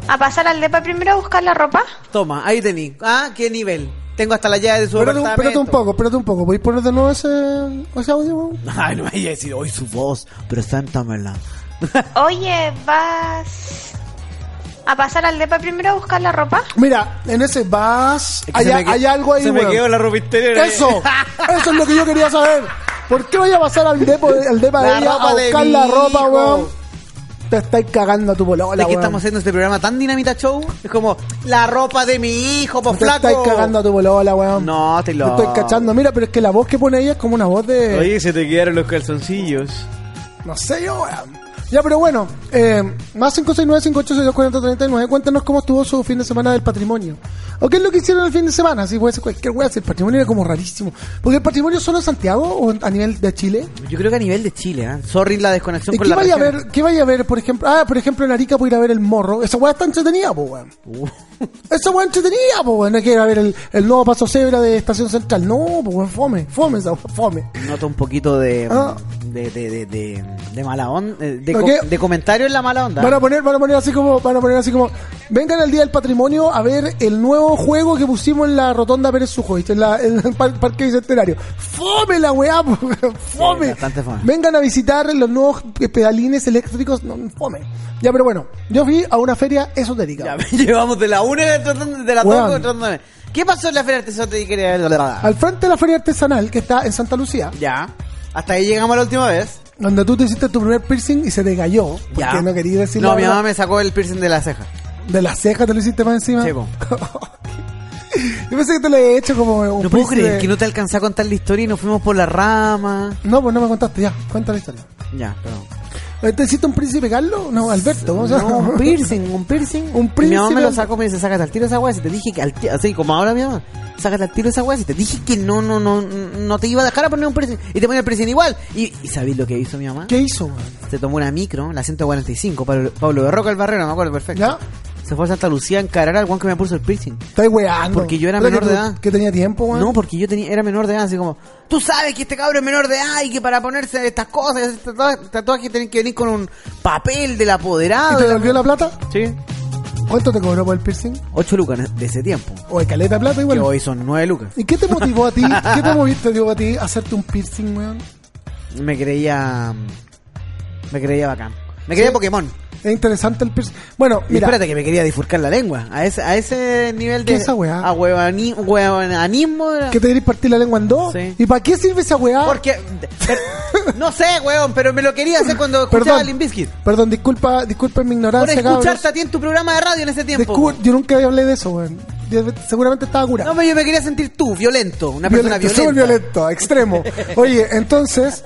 Speaker 6: a pasar al depa primero a buscar la ropa.
Speaker 4: Toma, ahí tení. Ah, qué nivel. Tengo hasta la llave de su
Speaker 3: Espérate un, espérate un
Speaker 4: apartamento.
Speaker 3: poco, espérate un poco. ¿Podéis poner de nuevo ese, ese audio? weón?
Speaker 4: Ay, no me haya decidido hoy su voz. Preséntamela.
Speaker 6: Oye, vas a pasar al depa primero a buscar la ropa.
Speaker 3: Mira, en ese vas.
Speaker 4: Es que
Speaker 3: Hay,
Speaker 4: se me que-
Speaker 3: hay algo ahí,
Speaker 4: Se me
Speaker 3: weón.
Speaker 4: quedó la ropa interior. ahí.
Speaker 3: Eso, eso es lo que yo quería saber. ¿Por qué voy a pasar al depo, al depa de
Speaker 4: La
Speaker 3: ella a
Speaker 4: ropa de
Speaker 3: buscar
Speaker 4: mi
Speaker 3: la ropa,
Speaker 4: hijo.
Speaker 3: weón? Te estáis cagando a tu polola,
Speaker 4: De que
Speaker 3: weón.
Speaker 4: estamos haciendo este programa tan dinamita show. Es como la ropa de mi hijo, po
Speaker 3: Te
Speaker 4: flaco.
Speaker 3: estáis cagando a tu polola, weón.
Speaker 4: No, estoy
Speaker 3: Te
Speaker 4: loco.
Speaker 3: estoy cachando. Mira, pero es que la voz que pone ella es como una voz de...
Speaker 7: Oye, se te quedaron los calzoncillos.
Speaker 3: No sé yo, weón. Ya, pero bueno. Eh, más 569-586-240-39. Cuéntanos cómo estuvo su fin de semana del patrimonio. ¿O qué es lo que hicieron el fin de semana? Si puede ser cualquier weón. Si el patrimonio era como rarísimo. Porque el patrimonio solo en Santiago o a nivel de Chile.
Speaker 4: Yo creo que a nivel de Chile, ¿eh? Sorry la desconexión
Speaker 3: ¿Y
Speaker 4: con
Speaker 3: qué
Speaker 4: la
Speaker 3: vaya a
Speaker 4: región.
Speaker 3: ver? ¿Qué vaya a ver, por ejemplo? Ah, por ejemplo, en Arica puedo ir a ver el morro. Esa weá está entretenida, po, weón.
Speaker 4: Uh.
Speaker 3: Esa weá entretenida, po, weón. No hay que ir a ver el, el nuevo paso cebra de Estación Central. No, po, weón. Fome, fome esa weá, fome.
Speaker 4: Noto un poquito de,
Speaker 3: Ah.
Speaker 4: de, de, de, de, de mala onda. eh,
Speaker 3: ¿Por
Speaker 4: De, co-
Speaker 3: qué?
Speaker 4: de comentario en la mala onda.
Speaker 3: Van a poner, van a poner así como, van a poner así como, vengan al Día del Patrimonio a ver el nuevo juego que pusimos en la Rotonda Pérez Sujoy, en, la- en el par- Parque Bicentenario. ¡Fome la weá, po, weón! ¡Fome!
Speaker 4: Sí, bastante fome.
Speaker 3: Vengan a visitar los nuevos eh, pedalines eléctricos. No, ¡Fome! Ya, pero bueno, yo fui a una feria esotérica.
Speaker 4: Ya, llevamos de la una tratando- de la
Speaker 3: Weón.
Speaker 4: dos tratándome. ¿Qué pasó en la feria artesanal?
Speaker 3: Al frente de la feria artesanal que está en Santa Lucía,
Speaker 4: Ya. Hasta ahí llegamos la última vez.
Speaker 3: donde tú te hiciste tu primer piercing y se te cayó, porque
Speaker 4: Ya.
Speaker 3: no querías decir
Speaker 4: No,
Speaker 3: la
Speaker 4: mi
Speaker 3: verdad.
Speaker 4: mamá me sacó el piercing de la ceja.
Speaker 3: de las cejas te lo hiciste más encima.
Speaker 4: Sí, po.
Speaker 3: Yo pensé que te lo había hecho como un
Speaker 4: No puedo
Speaker 3: piercing
Speaker 4: creer
Speaker 3: de-
Speaker 4: que no te alcanzó a contar la historia y nos fuimos por la rama.
Speaker 3: No, pues no me contaste ya. Cuenta la historia. Eh,
Speaker 4: Ya, perdón.
Speaker 3: ¿Te hiciste un príncipe Carlos? No, Alberto. ¿cómo se llama?
Speaker 4: No, un piercing, un piercing.
Speaker 3: Un
Speaker 4: Mi mamá me lo
Speaker 3: príncipe-
Speaker 4: sacó, me dice, sácate al tiro esa weá. Si te dije que al tiro, así como ahora mi mamá, sácate al tiro esa weá. Si te dije que no, no, no, no te iba a dejar a poner un piercing. Y te ponía el piercing igual. Y, ¿y ¿sabéis lo que hizo mi mamá?
Speaker 3: ¿Qué hizo, weón?
Speaker 4: Se tomó una micro, la 145, Pablo, Pablo de Roca el Barrero, me acuerdo perfecto.
Speaker 3: ¿Ya?
Speaker 4: Se fue a Santa Lucía a encarar al guan que me puso el piercing.
Speaker 3: Estáis weando.
Speaker 4: Porque yo era
Speaker 3: Puta,
Speaker 4: menor
Speaker 3: que
Speaker 4: de
Speaker 3: tú-
Speaker 4: edad.
Speaker 3: Que tenía tiempo, weón.
Speaker 4: No, porque yo tenía, era menor de edad, así como, tú sabes que este cabrón es menor de edad y que para ponerse estas cosas, este estos tatuajes, tatuajes tienen que venir con un papel del
Speaker 3: ¿Y
Speaker 4: apoderado.
Speaker 3: te
Speaker 4: de la-
Speaker 3: devolvió la plata?
Speaker 7: Sí.
Speaker 3: ¿Cuánto te cobró por el piercing?
Speaker 4: Ocho lucas de ese tiempo.
Speaker 3: O de caleta de plata
Speaker 4: Que
Speaker 3: igual.
Speaker 4: hoy son nueve lucas.
Speaker 3: ¿Y qué te motivó a ti? ¿Qué te movi- te motivó a ti a hacerte un piercing, weón?
Speaker 4: Me creía. Me creía bacán. Me creía
Speaker 3: Sí.
Speaker 4: Pokémon.
Speaker 3: Es interesante el piercing. Bueno,
Speaker 4: Y
Speaker 3: mira.
Speaker 4: espérate que me quería bifurcar la lengua. A ese, a ese nivel de.
Speaker 3: ¿Qué es esa weá?
Speaker 4: A huevani- huevonanismo. era-
Speaker 3: Que te querés partir la lengua en dos.
Speaker 4: Sí.
Speaker 3: ¿Y para qué sirve esa weá?
Speaker 4: Porque. pero- no sé, weón, pero me lo quería hacer cuando escuchaba
Speaker 3: Perdón.
Speaker 4: Limp Bizkit.
Speaker 3: Perdón, disculpa, disculpa mi
Speaker 4: Por
Speaker 3: ignorancia,
Speaker 4: escucharte
Speaker 3: cabros.
Speaker 4: a ti en tu programa de radio en ese tiempo.
Speaker 3: Discul- yo nunca hablé de eso, weón. Yo- Seguramente estaba curado.
Speaker 4: No, pero yo me quería sentir tú, violento. Una persona
Speaker 3: violento,
Speaker 4: violenta.
Speaker 3: súper violento, extremo. Oye, entonces,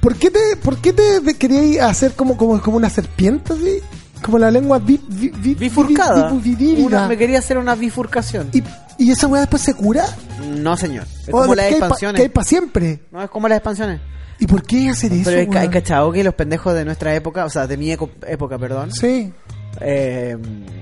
Speaker 3: ¿por qué te, por qué te te querías hacer como, como, como una serpiente así? Como la lengua bi- bi- bi-
Speaker 4: Bifurcada.
Speaker 3: bi- bi- bi- bi-
Speaker 4: Una- me quería hacer una bifurcación.
Speaker 3: ¿Y, y esa weá después se cura?
Speaker 4: No, señor. Es
Speaker 3: ¿O
Speaker 4: como
Speaker 3: de-
Speaker 4: las
Speaker 3: que hay pa-
Speaker 4: expansiones.
Speaker 3: que hay para siempre?
Speaker 4: No es como las expansiones.
Speaker 3: ¿Y por qué hacer eso?
Speaker 4: Pero hay, ca- hay
Speaker 3: weón?
Speaker 4: cachado que los pendejos de nuestra época, o sea, de mi eco- época, perdón.
Speaker 3: Sí.
Speaker 4: eh,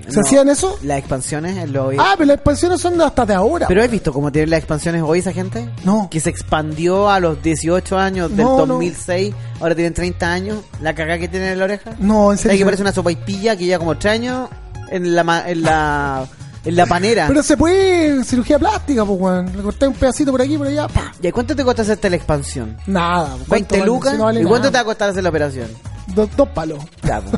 Speaker 3: ¿Se hacían eso?
Speaker 4: Las expansiones en lo
Speaker 3: Ah, pero las expansiones son hasta de ahora.
Speaker 4: Pero ¿has visto cómo tienen las expansiones hoy esa gente?
Speaker 3: No.
Speaker 4: Que se expandió a los 18 años del
Speaker 3: No, no.
Speaker 4: 2006, ahora tienen 30 años. La cagada que tienen en la oreja.
Speaker 3: No, en
Speaker 4: ¿Sabes que
Speaker 3: serio.
Speaker 4: parece una sopa y pilla que lleva como 3 años en la, ma- en la, en la panera.
Speaker 3: Pero se puede cirugía plástica, pues, weón. Le corté un pedacito por aquí, por allá. pa.
Speaker 4: ¿Y cuánto te cuesta hacerte la expansión?
Speaker 3: Nada. ¿cuánto
Speaker 4: 20
Speaker 3: vale?
Speaker 4: lucas.
Speaker 3: Si no vale
Speaker 4: ¿Y cuánto te va
Speaker 3: nada.
Speaker 4: a costar hacer la operación?
Speaker 3: Dos- dos palos.
Speaker 4: Ya, po.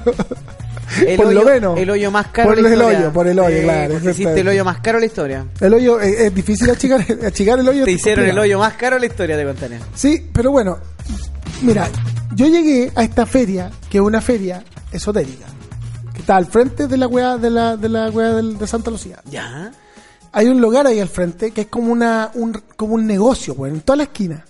Speaker 4: El
Speaker 3: Por
Speaker 4: hoyo,
Speaker 3: lo menos.
Speaker 4: El hoyo más caro
Speaker 3: Por
Speaker 4: de la
Speaker 3: el
Speaker 4: historia.
Speaker 3: hoyo, por el hoyo,
Speaker 4: Sí,
Speaker 3: claro,
Speaker 4: porque Hiciste
Speaker 3: exactamente.
Speaker 4: el hoyo más caro de la historia.
Speaker 3: El hoyo, eh, es, es difícil achicar, achicar el hoyo.
Speaker 4: Te
Speaker 3: es
Speaker 4: hicieron el
Speaker 3: complicado.
Speaker 4: hoyo más caro de la historia, te contaré.
Speaker 3: Sí, pero bueno, mira, yo llegué a esta feria, que es una feria esotérica, que está al frente de la weá de la, de la weá del- de Santa Lucía.
Speaker 4: Ya.
Speaker 3: Hay un lugar ahí al frente que es como una, un, como un negocio, weón, en toda la esquina.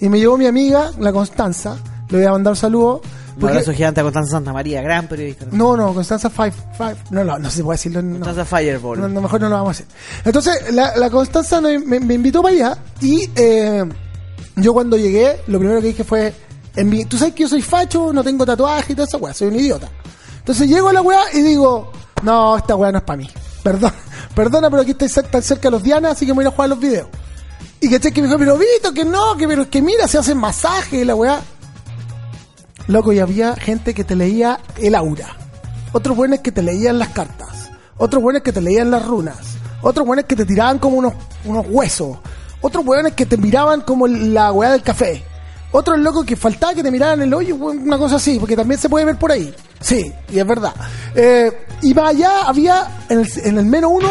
Speaker 3: Y me llevó mi amiga, la Constanza, le voy a mandar un saludo.
Speaker 4: Un
Speaker 3: porque-
Speaker 4: abrazo gigante a Constanza Santa María, gran periodista.
Speaker 3: no, no, Constanza Five, Five, no, no, no se puede decirlo. no.
Speaker 4: Constanza Fireball.
Speaker 3: No, no, mejor no lo vamos a hacer. Entonces, la, la Constanza me, me- me invitó para allá y eh, yo cuando llegué, lo primero que dije fue, en mi- tú sabes que yo soy facho, no tengo tatuaje y toda esa weá, soy un idiota. Entonces llego a la weá y digo, no, esta weá no es para mí. Perdón, perdona, pero aquí estoy cer- tan cerca de los Diana, así que me voy a ir a jugar a los videos. Y caché que me dijo, pero Vito, que no, que pero es que mira, se hacen masajes y la weá. Loco, y había gente que te leía el aura. otros buenos que te leían las cartas, otros buenos que te leían las runas, otros buenos que te tiraban como unos, unos huesos, otros buenos que te miraban como la weá del café, otros locos que faltaba que te miraban el hoyo, weón, una cosa así, porque también se puede ver por ahí. Sí, y es verdad. Eh, y más allá había en el, en el menos uno.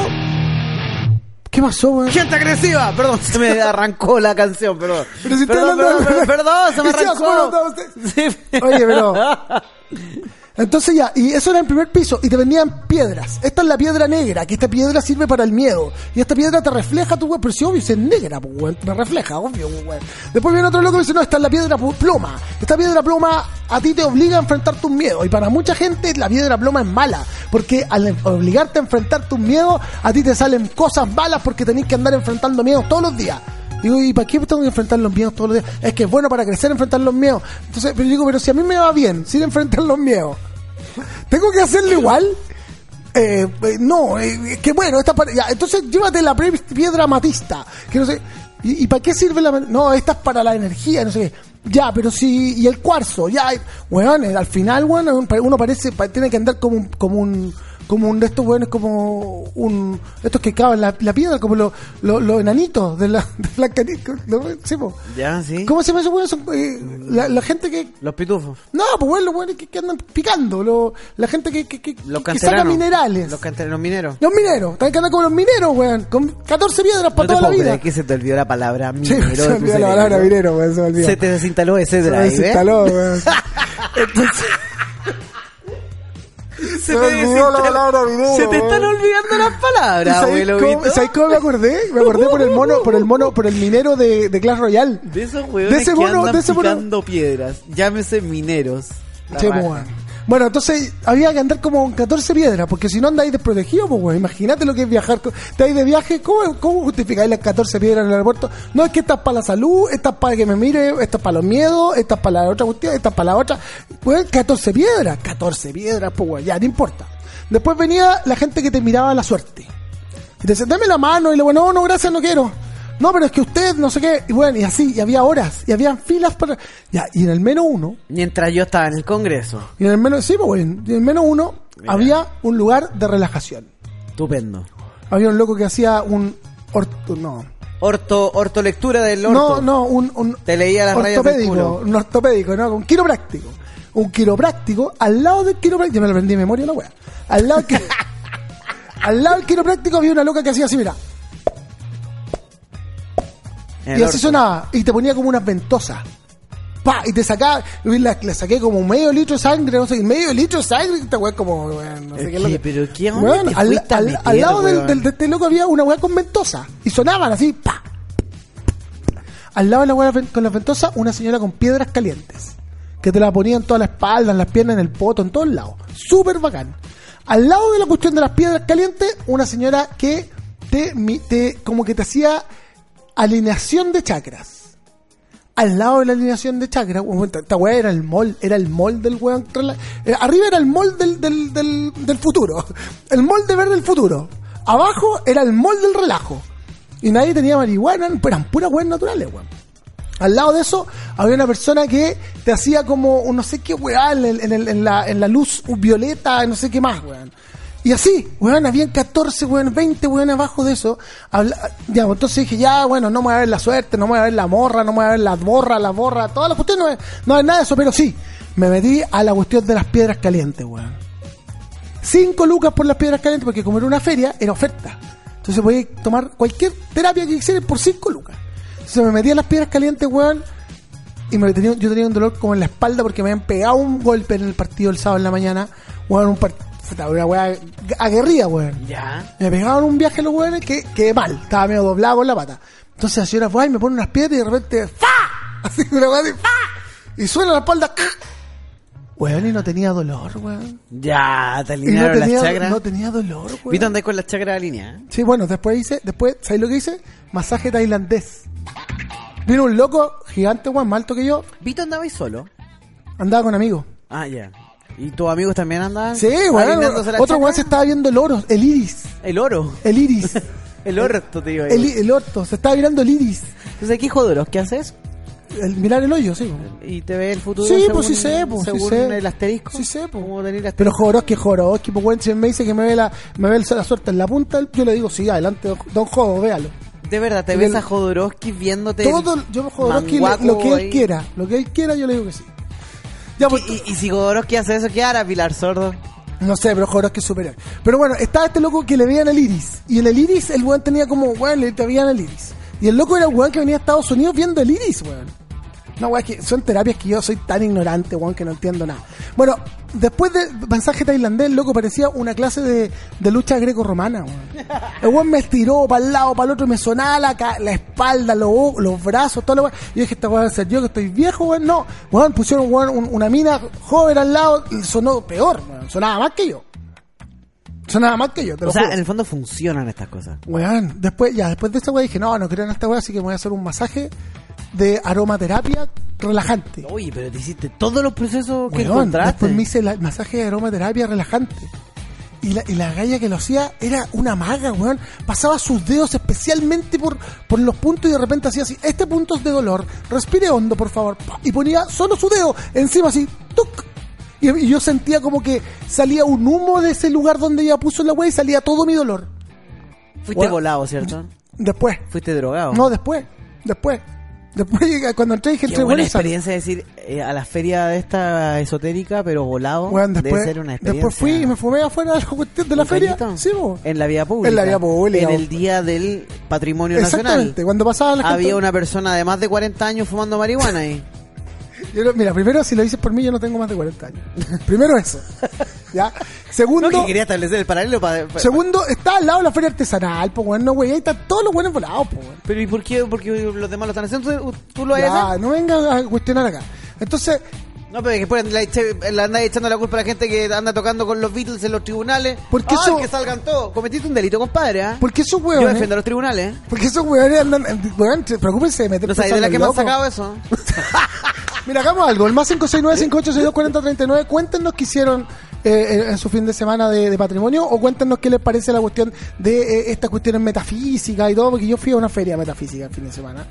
Speaker 3: ¿Qué pasó, weón?
Speaker 4: Gente agresiva, perdón, se me arrancó la canción, perdón.
Speaker 3: Pero si estoy
Speaker 4: perdón,
Speaker 3: hablando-
Speaker 4: perdón, perdón, perdón, se me
Speaker 3: Sí, bueno, no,
Speaker 4: arrancó.
Speaker 3: usted- Oye, pero. Entonces ya, y eso era el primer piso, y te vendían piedras. Esta es la piedra negra, que esta piedra sirve para el miedo. Y esta piedra te refleja tu weón, pero si obvio, si es negra, pues weón, te refleja, obvio, pues, weón. Después viene otro loco y dice, no, esta es la piedra pu- ploma. Esta piedra ploma a ti te obliga a enfrentar tus miedos. Y para mucha gente la piedra ploma es mala, porque al en- obligarte a enfrentar tus miedos, a ti te salen cosas malas porque tenés que andar enfrentando miedos todos los días. Digo, ¿y para qué tengo que enfrentar los miedos todos los días? Es que es bueno para crecer enfrentar los miedos. Entonces, pero yo digo, pero si a mí me va bien sin enfrentar los miedos, ¿tengo que hacerlo igual? Eh, eh, no, eh, es que bueno, esta para- ya, entonces llévate la pre- piedra matista, que no sé, ¿y, y para qué sirve la... No, esta es para la energía, no sé qué. Ya, pero si... Y el cuarzo, ya, eh, weón, eh, al final, weón, un- uno parece, pa- tiene que andar como un... Como un como un de estos weones, como un. estos que cavan la, la piedra, como los los- los enanitos de la, de la cani- ¿no? Sí, po.
Speaker 4: Ya, sí.
Speaker 3: ¿Cómo se llama esos weones? Son, eh, la, la gente que.
Speaker 4: Los pitufos.
Speaker 3: No, pues bueno, los weones que, que andan picando, lo- la gente que, que, que,
Speaker 4: Los
Speaker 3: que saca
Speaker 4: canteranos.
Speaker 3: minerales.
Speaker 4: Los canteranos mineros.
Speaker 3: Los mineros, están que andar como los mineros, weón. Con 14 piedras para
Speaker 4: No te
Speaker 3: toda la
Speaker 4: puedo creer
Speaker 3: vida.
Speaker 4: que se te olvidó la palabra minero.
Speaker 3: Sí,
Speaker 4: de
Speaker 3: se
Speaker 4: tu
Speaker 3: olvidó la
Speaker 4: cerebro.
Speaker 3: palabra minero, weón, se me olvidó.
Speaker 4: Se te desinstaló ese
Speaker 3: Se me
Speaker 4: drive, ¿eh?
Speaker 3: desinstaló, weón.
Speaker 4: Se
Speaker 3: Se
Speaker 4: te
Speaker 3: me olvidó la
Speaker 4: desinstaló-
Speaker 3: palabra minero,
Speaker 4: Se te
Speaker 3: weón.
Speaker 4: están olvidando las palabras,
Speaker 3: ¿Sabéis
Speaker 4: abuelo.
Speaker 3: cómo, ¿sabéis cómo me acordé? Me acordé por el mono, por el mono, por el minero de, de Clash Royale.
Speaker 7: De esos huevones
Speaker 3: De ese
Speaker 7: que
Speaker 3: mono,
Speaker 7: andan
Speaker 3: de ese mono.
Speaker 7: picando piedras.
Speaker 4: Llámese mineros. La
Speaker 3: Sí,
Speaker 4: raja.
Speaker 3: pues, weón. Bueno, entonces había que andar como con 14 piedras, porque si no andáis desprotegido, pues weón. Imagínate lo que es viajar. con- Estáis de viaje, ¿cómo, cómo justificáis las 14 piedras en el aeropuerto? No, es que estas para la salud, estas para que me mire, estas para los miedos, estas para la otra cuestión, estas para la otra. Weón, 14 piedras, 14 piedras, pues weón, ya, no importa. Después venía la gente que te miraba la suerte. Y te decían, dame la mano. Y le bueno, no, no, gracias, no quiero. No, pero es que usted, no sé qué. Y bueno, y así, y había horas, y había filas para. Ya, y en el menos uno,
Speaker 4: Mientras yo estaba en el Congreso.
Speaker 3: y en el menos, sí, pues, bueno, y en el menos uno había un lugar de relajación.
Speaker 4: Estupendo.
Speaker 3: Había un loco que hacía un orto, no.
Speaker 4: Orto, ortolectura del
Speaker 3: No,
Speaker 4: orto.
Speaker 3: no, un, un
Speaker 4: Te leía las rayas del
Speaker 3: ortopédico,
Speaker 4: culo.
Speaker 3: un ortopédico, no, un quiropráctico. Un quiropráctico al lado del quiropráctico, yo me lo aprendí de memoria la wea. Al lado que al lado del quiropráctico había una loca que hacía así, mira.
Speaker 4: En
Speaker 3: y
Speaker 4: el
Speaker 3: así
Speaker 4: orto.
Speaker 3: sonaba. Y te ponía como unas ventosas. Pa, y te sacaba, y la- le saqué como medio litro de sangre, no sé, medio litro de sangre, esta weá como, weón, no sé
Speaker 4: Es
Speaker 3: qué es lo
Speaker 4: que,
Speaker 3: que-
Speaker 4: pero ¿qué onda
Speaker 3: Weón,
Speaker 4: te
Speaker 3: al,
Speaker 4: fuiste a
Speaker 3: al-
Speaker 4: meter,
Speaker 3: al lado del,
Speaker 4: weón?
Speaker 3: del- de este loco había una weá con ventosa, y sonaban así, pa. Al lado de la weá ven- con las ventosas, una señora con piedras calientes, que te la ponía en toda la espalda, en las piernas, en el poto, en todos lados. Súper bacán. Al lado de la cuestión de las piedras calientes, una señora que te, mi- te como que te hacía alineación de chakras al lado de la alineación de chakra, weón, esta- esta weá era el mall, era el mall del weón. rela- eh, Arriba era el mall del, del, del, del futuro, el mall de ver del futuro. Abajo era el mall del relajo. Y nadie tenía marihuana, eran puras weas naturales, weón. Al lado de eso había una persona que te hacía como un no sé qué weá en, el- en el- en la, en la luz violeta, no sé qué más, weón. Y así, weón, habían 14, weón, 20, weón, abajo de eso. Habla- ya, pues, entonces dije, ya, bueno, no me va a ver la suerte, no me va a ver la morra, no me va a ver la borra, la borra, todas las cuestiones, no me- no hay nada de eso, pero sí, me metí a la cuestión de las piedras calientes, weón. 5 lucas por las piedras calientes, porque como era una feria, era oferta. Entonces podía tomar cualquier terapia que quisieras por 5 lucas. Entonces me metí a las piedras calientes, weón, y me tenía, yo tenía un dolor como en la espalda porque me habían pegado un golpe en el partido el sábado en la mañana. Weón, un partido, una weá aguerrida, weón.
Speaker 4: Ya.
Speaker 3: Me pegaban un viaje los hueones que quedé mal, estaba medio doblado con la pata. Entonces la señora fue y me pone unas piedras y de repente ¡Fa! Así una weá así, ¡Fa! Y suena la espalda ¡ca! Weón, y no tenía dolor, weón.
Speaker 4: Ya, te
Speaker 3: Y no
Speaker 4: alinearon las
Speaker 3: tenía,
Speaker 4: chakras.
Speaker 3: no tenía dolor, weón.
Speaker 4: ¿Viste dónde hay con las chakras alineadas?
Speaker 3: Sí, bueno, después hice, después, ¿sabes lo que hice? Masaje tailandés. Vino un loco gigante, weón, más alto que yo,
Speaker 4: ¿Vito andaba ahí solo?
Speaker 3: andaba con amigos.
Speaker 4: Ah, ya. ¿Y tus amigos también andaban?
Speaker 3: Sí, weón.
Speaker 4: alineándose las
Speaker 3: Otro
Speaker 4: chakras?
Speaker 3: weón se estaba viendo el oro, el iris,
Speaker 4: El oro.
Speaker 3: el iris,
Speaker 4: El orto, te digo.
Speaker 3: el, i- el orto, se estaba mirando el iris.
Speaker 4: Entonces, ¿qué hijo de los que haces?
Speaker 3: El mirar el hoyo, sí.
Speaker 4: Y te ve el futuro.
Speaker 3: Sí,
Speaker 4: según,
Speaker 3: pues sí sé, pues, sí
Speaker 4: según
Speaker 3: sé.
Speaker 4: el asterisco.
Speaker 3: Sí sé, pues.
Speaker 4: Como tener el
Speaker 3: Pero
Speaker 4: asterisco.
Speaker 3: Jodorowsky, Jodorowsky, pues bueno, si él me dice que me ve la, me ve la suerte en la punta, del- yo le digo, sí, adelante, don- don Jodo, véalo.
Speaker 4: de verdad, te
Speaker 3: el-
Speaker 4: ves a Jodorowsky viéndote.
Speaker 3: Todo,
Speaker 4: el
Speaker 3: yo Jodorowsky,
Speaker 4: manguaco
Speaker 3: lo que él
Speaker 4: ahí.
Speaker 3: quiera, lo que él quiera, yo le digo que sí. Ya, pues,
Speaker 4: Y, y- y si Jodorowsky hace eso, ¿qué hará Pilar Sordo?
Speaker 3: No sé, pero Jodorowsky es superior. Pero bueno, estaba este loco que le veían el iris. Y en el iris, el weón tenía como, weón, le te veían el iris. Y el loco era un weón que venía a Estados Unidos viendo el iris, weón. No, weón, es que son terapias que yo soy tan ignorante, weón, que no entiendo nada. Bueno, después de mensaje tailandés, el loco parecía una clase de, de lucha greco-romana, weón. El weón me estiró para el lado, para el otro, y me sonaba la, ca- la espalda, los, ojos, los brazos, todo lo weón. Yo dije, esta weón va a ser yo que estoy viejo, weón. No, weón, pusieron weón, un- una mina joven al lado, y sonó peor, weón. Sonaba más que yo. Sonaba más que yo, te lo
Speaker 4: O sea,
Speaker 3: juro.
Speaker 4: en el fondo funcionan estas cosas.
Speaker 3: Weón, después, ya, después de esta weá dije, no, no creo en esta weá, así que me voy a hacer un masaje de aromaterapia relajante.
Speaker 4: Oye, pero te hiciste todos los procesos que
Speaker 3: Weón,
Speaker 4: encontraste.
Speaker 3: después me hice la- el masaje de aromaterapia relajante. Y la, y la galla que lo hacía era una maga, weón. Pasaba sus dedos especialmente por, por los puntos y de repente hacía así, este punto es de dolor, respire hondo, por favor. Pa, Y ponía solo su dedo encima así, ¡tuc! Y, y yo sentía como que salía un humo de ese lugar donde ella puso la weá y salía todo mi dolor.
Speaker 4: Fuiste
Speaker 3: Weón.
Speaker 4: volado, ¿cierto?
Speaker 3: Después.
Speaker 4: Fuiste drogado.
Speaker 3: No, después. Después. Después llegué- cuando entré dije,
Speaker 4: Oh. Qué
Speaker 3: entré
Speaker 4: buena
Speaker 3: bueno, sale.
Speaker 4: experiencia es decir eh, a la feria de esta esotérica, pero volado.
Speaker 3: Weón, después,
Speaker 4: debe ser una experiencia.
Speaker 3: después fui y me fumé afuera de la cuestión de la
Speaker 4: ¿Un
Speaker 3: feria.
Speaker 4: cañito?
Speaker 3: Sí, bo.
Speaker 4: En la vía pública.
Speaker 3: En la vía pública.
Speaker 4: En el día del patrimonio
Speaker 3: Exactamente.
Speaker 4: nacional.
Speaker 3: Cuando pasaba la gente-
Speaker 4: Había una persona de más de 40 años fumando marihuana ahí.
Speaker 3: Yo no- mira, primero, si lo dices por mí, yo no tengo más de 40 años. primero eso. ¿Ya? Segundo,
Speaker 4: No, que quería pues. establecer el paralelo para.
Speaker 3: segundo está al lado de la feria artesanal, pues bueno, güey. Ahí están todos los buenos volados, pues bueno.
Speaker 4: Pero ¿y por qué? Porque los demás lo están haciendo. Entonces, ¿Tú lo vas a
Speaker 3: Ya,
Speaker 4: hacer?
Speaker 3: no venga a cuestionar acá. Entonces,
Speaker 4: No, pero es que después la, eche- la andáis echando la culpa a la gente que anda tocando con los Beatles en los tribunales.
Speaker 3: ¿Por qué
Speaker 4: Ay,
Speaker 3: eso-
Speaker 4: que salgan todos. Cometiste un delito, compadre. ¿ah?
Speaker 3: ¿por qué esos
Speaker 4: Yo
Speaker 3: hueones?
Speaker 4: defiendo a los tribunales. ¿eh?
Speaker 3: Porque esos hueones andan. Weón, preocúpense de meter
Speaker 4: No
Speaker 3: preso
Speaker 4: sabéis
Speaker 3: a
Speaker 4: de la
Speaker 3: los
Speaker 4: que me han
Speaker 3: locos.
Speaker 4: sacado eso.
Speaker 3: Mira, hagamos algo. El más 569-5862-4039. Cuéntenos qué hicieron eh, eh, en su fin de semana de, de patrimonio o cuéntenos qué les parece la cuestión de eh, estas cuestiones metafísicas y todo, porque yo fui a una feria metafísica el fin de semana.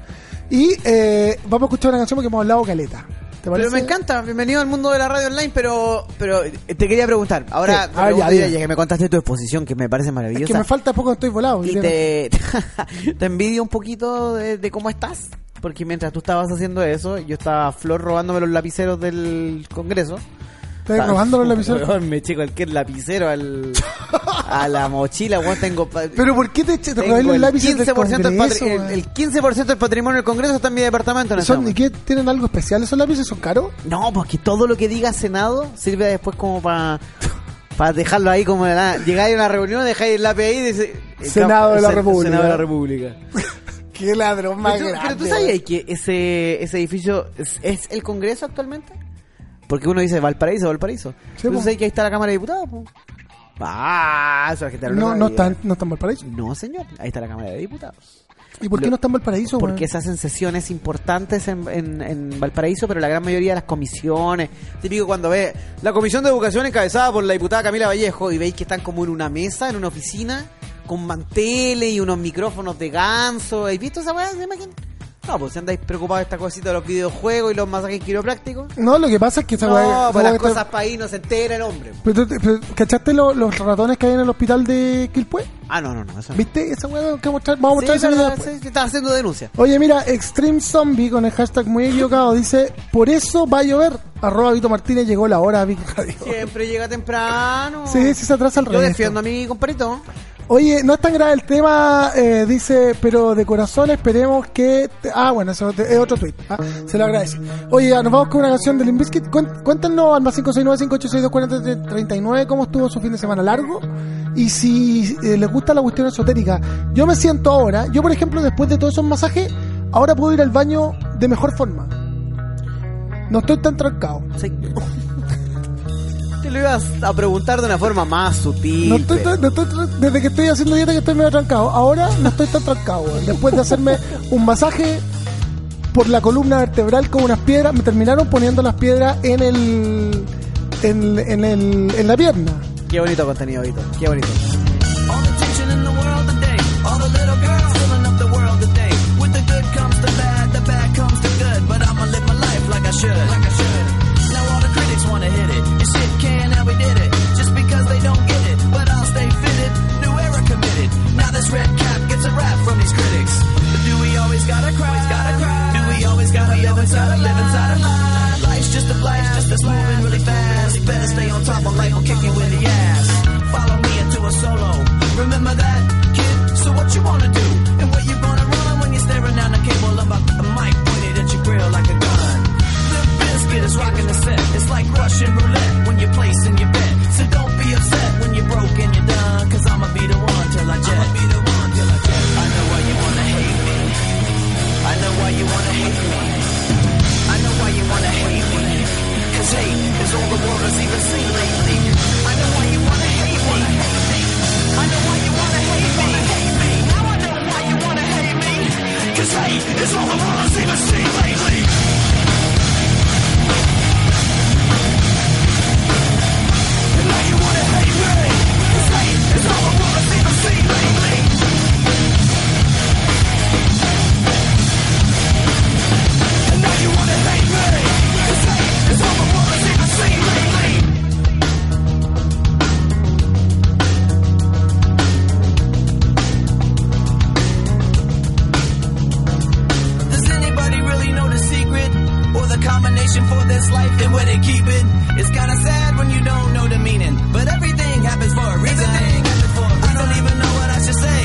Speaker 3: Y eh, vamos a escuchar una canción porque hemos hablado caleta. ¿Te parece?
Speaker 4: Pero me encanta, bienvenido al mundo de la radio online, pero pero eh, te quería preguntar, ahora
Speaker 3: Sí, ah,
Speaker 4: te
Speaker 3: ya,
Speaker 4: pregunto,
Speaker 3: diga.
Speaker 4: ya que me contaste tu exposición que me parece maravillosa.
Speaker 3: Es que me falta poco, estoy volado.
Speaker 4: y te, te envidio un poquito de, de cómo estás, porque mientras tú estabas haciendo eso, yo estaba flor robándome los lapiceros del Congreso.
Speaker 3: Estoy robando los lapiceros.
Speaker 4: Weón, me eché cualquier lapicero al, a la mochila, weón, tengo... pa-
Speaker 3: Pero ¿por qué te, te
Speaker 4: tengo
Speaker 3: robé los lápices del
Speaker 4: 15% del
Speaker 3: Congreso?
Speaker 4: patri- el-
Speaker 3: weón?
Speaker 4: el 15% del patrimonio del Congreso está en mi departamento. en este
Speaker 3: ¿Son,
Speaker 4: momento.
Speaker 3: ¿Y qué? ¿Tienen algo especial esos lápices? ¿Son caros?
Speaker 4: No, porque todo lo que diga Senado sirve después como para para dejarlo ahí como de la- Llegáis a una reunión, dejáis el lápiz ahí y dice...
Speaker 3: Senado de la República.
Speaker 7: Senado de la República.
Speaker 3: Qué ladrón
Speaker 4: Pero
Speaker 3: más
Speaker 4: tú, pero tú
Speaker 3: grande,
Speaker 4: sabías que ese, ese edificio es, es el Congreso actualmente? Porque uno dice Valparaíso, Valparaíso. pero
Speaker 3: po.
Speaker 4: tú sabes que ahí está la Cámara de Diputados, po. Ah, eso es que te
Speaker 3: weón. No, no están, no están en Valparaíso.
Speaker 4: No, señor, ahí está la Cámara de Diputados.
Speaker 3: ¿Y por qué
Speaker 4: Lo-
Speaker 3: no están en Valparaíso? weón?
Speaker 4: Porque se hacen sesiones importantes en, en- en Valparaíso, pero la gran mayoría de las comisiones. Típico cuando ve la comisión de educación encabezada por la diputada Camila Vallejo y veis que están como en una mesa, en una oficina, con manteles y unos micrófonos de ganso. ¿Habéis visto esa weá? ¿Se imaginan? No, pues si andáis preocupados de esta cosita de los videojuegos y los masajes quiroprácticos.
Speaker 3: No, lo que pasa es que esa weá-
Speaker 4: No,
Speaker 3: esa
Speaker 4: pues
Speaker 3: weá
Speaker 4: las
Speaker 3: está-
Speaker 4: cosas para ahí no se entera el hombre.
Speaker 3: Pero tú- pero, ¿Cachaste lo- los ratones que hay en el hospital de Quilpue?
Speaker 4: Ah, no, no, no, eso no.
Speaker 3: ¿Viste? Esa weá que mostrar. Vamos a
Speaker 4: Sí,
Speaker 3: mostrar ese video
Speaker 4: verdad,
Speaker 3: después.
Speaker 4: sí, sí, estás haciendo denuncia.
Speaker 3: Oye, mira, Extreme Zombie con el hashtag muy equivocado dice: Por eso va a llover. Arroba Vito Martínez llegó la hora, Vic Radio.
Speaker 4: Siempre llega temprano.
Speaker 3: Sí, sí, se atrasa el
Speaker 4: Yo
Speaker 3: resto.
Speaker 4: defiendo a mi comparito.
Speaker 3: Oye, no es tan grave el tema, eh, dice, pero de corazón esperemos que... te- Ah, bueno, eso te- es otro tweet. Ah, se lo agradece. Oye, ya, nos vamos con una canción de Limp Bizkit. Cuen- Cuéntanos al más 569-586-240-39 cómo estuvo su fin de semana largo y si eh, les gusta la cuestión esotérica. Yo me siento ahora, yo por ejemplo, después de todos esos masajes, ahora puedo ir al baño de mejor forma. No estoy tan trancado.
Speaker 4: Sí. Te lo ibas a preguntar de una forma más sutil.
Speaker 3: No estoy,
Speaker 4: pero-
Speaker 3: tan- no estoy tan- desde que estoy haciendo dieta que estoy medio trancado. Ahora no estoy tan trancado. weón. Después de hacerme un masaje por la columna vertebral con unas piedras, me terminaron poniendo las piedras en el en, en el en la pierna.
Speaker 4: Qué bonito contenido, Vito. Qué bonito.
Speaker 8: All the tension in the world today. All the little girls filling up the world today. With the good comes the bad, the bad comes the good. But I'm inside of, live inside of mine. Life's just a blast, just it's moving really fast. Better stay on top of life, will kick you in the ass. Follow me into a solo. Remember that, kid? So what you wanna do? And what you gonna run when you're staring down the cable of a, a mic pointed at your grill like a gun? The biscuit is rocking the set. It's like Russian roulette when you're placing your bet. So don't be upset when you're broke and you're done. Cause I'ma be the one till I jet. I'ma be the one till I jet. I know why you wanna hate me. I know why you wanna hate me. I know why you wanna hate me. Cause hate is all the world has even seen lately. I know why you wanna hate me. I know why you wanna hate me. Now I know why you wanna hate me. Cause hate is all the world has even seen lately. And now you wanna hate me. Cause hate is all the world has even seen lately. And now you wanna hate me. Cause hate is all the world has even seen lately. Does anybody really know the secret or the combination for this life and where they keep it? It's kinda sad when you don't know the meaning, but everything happens for a reason. I don't even know what I should say,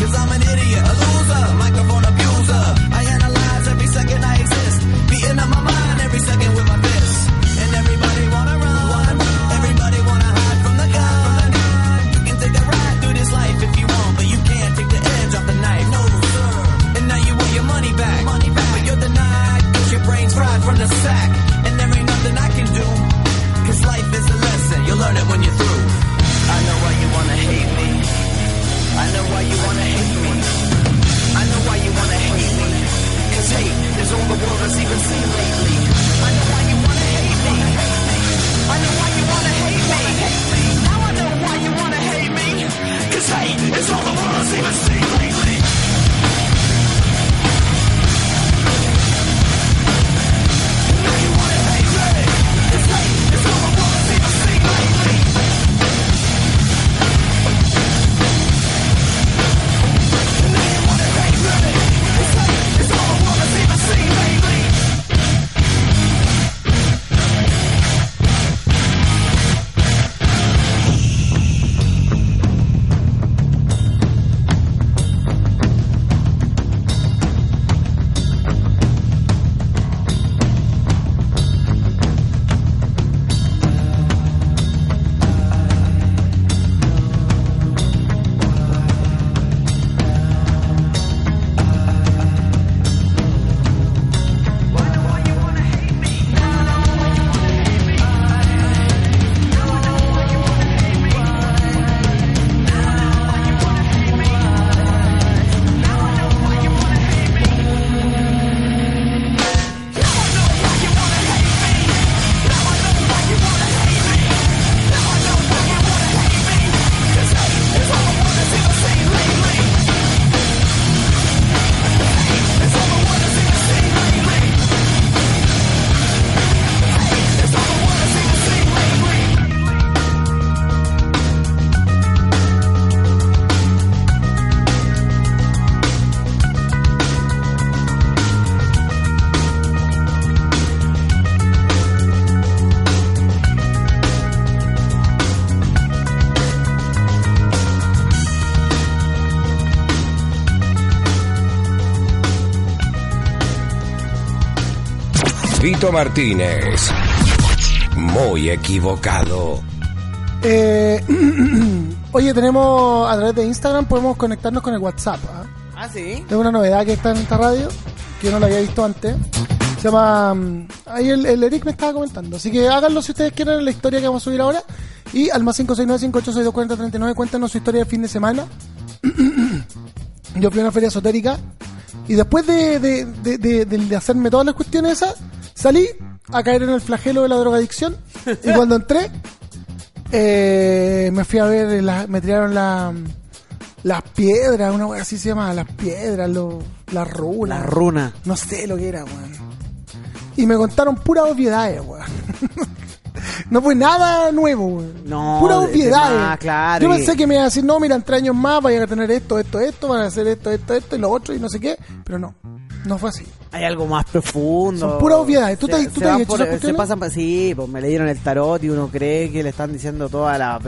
Speaker 8: cause I'm an idiot, a loser, microphone abuser. I analyze every second I exist, beating up my mind every second with my fist. And everybody wanna run, everybody wanna hide from the gun. You can take a ride through this life if you want, but you can't take the edge off the knife. No, sir. And now you want your money back. Money back. But you're denied. Cause your brain's fried from the sack. And there ain't nothing I can do. Cause life is a lesson. You'll learn it when you're through. I know why you wanna hate me. I know why you wanna hate me. I know why you wanna hate me. Cause hate is all the world has even seen lately. I know why you wanna hate me. I know why you wanna hate me. Now I know why you wanna hate me. Cause hate is all the world has even seen lately. Now you wanna hate me. Cause hate is all the world has even seen lately. Now you wanna hate me. Cause hate is all the world has even seen lately.
Speaker 2: Vito Martínez. Muy equivocado.
Speaker 3: Eh, oye, tenemos a través de Instagram podemos conectarnos con el WhatsApp. ¿ah?
Speaker 4: Ah, sí.
Speaker 3: Es una novedad que está en esta radio, que yo no la había visto antes. Se llama... mm, Ahí el, el Eric me estaba comentando. Así que háganlo si ustedes quieren en la historia que vamos a subir ahora. Y al más 569-5862-4039, cuéntanos su historia del fin de semana. yo fui a una feria esotérica. Y después de, de, de- de- de- de hacerme todas las cuestiones esas, salí a caer en el flagelo de la drogadicción. Y cuando entré, eh, me fui a ver, la- me tiraron la- las piedras, una wea así se llama, las piedras, lo- las runas.
Speaker 4: La runa.
Speaker 3: No sé lo que era, weón. Y me contaron puras obviedades, weón. No fue nada nuevo, weón.
Speaker 4: No,
Speaker 3: Puras
Speaker 4: de- de
Speaker 3: obviedades.
Speaker 4: más, claro,
Speaker 3: Yo
Speaker 4: y-
Speaker 3: pensé que me iba a decir, no, mira, en tres años más vaya a tener esto, esto, esto, van a hacer esto, esto, esto y lo otro y no sé qué. Pero no, no fue así.
Speaker 4: Hay algo más profundo.
Speaker 3: Son puras obviedades. ¿Tú
Speaker 4: Se-
Speaker 3: te- tú
Speaker 4: se
Speaker 3: te
Speaker 4: van
Speaker 3: has hecho
Speaker 4: por-
Speaker 3: esas
Speaker 4: se
Speaker 3: cuestiones?
Speaker 4: pasan pa- Sí, pues me leyeron el tarot y uno cree que le están diciendo toda la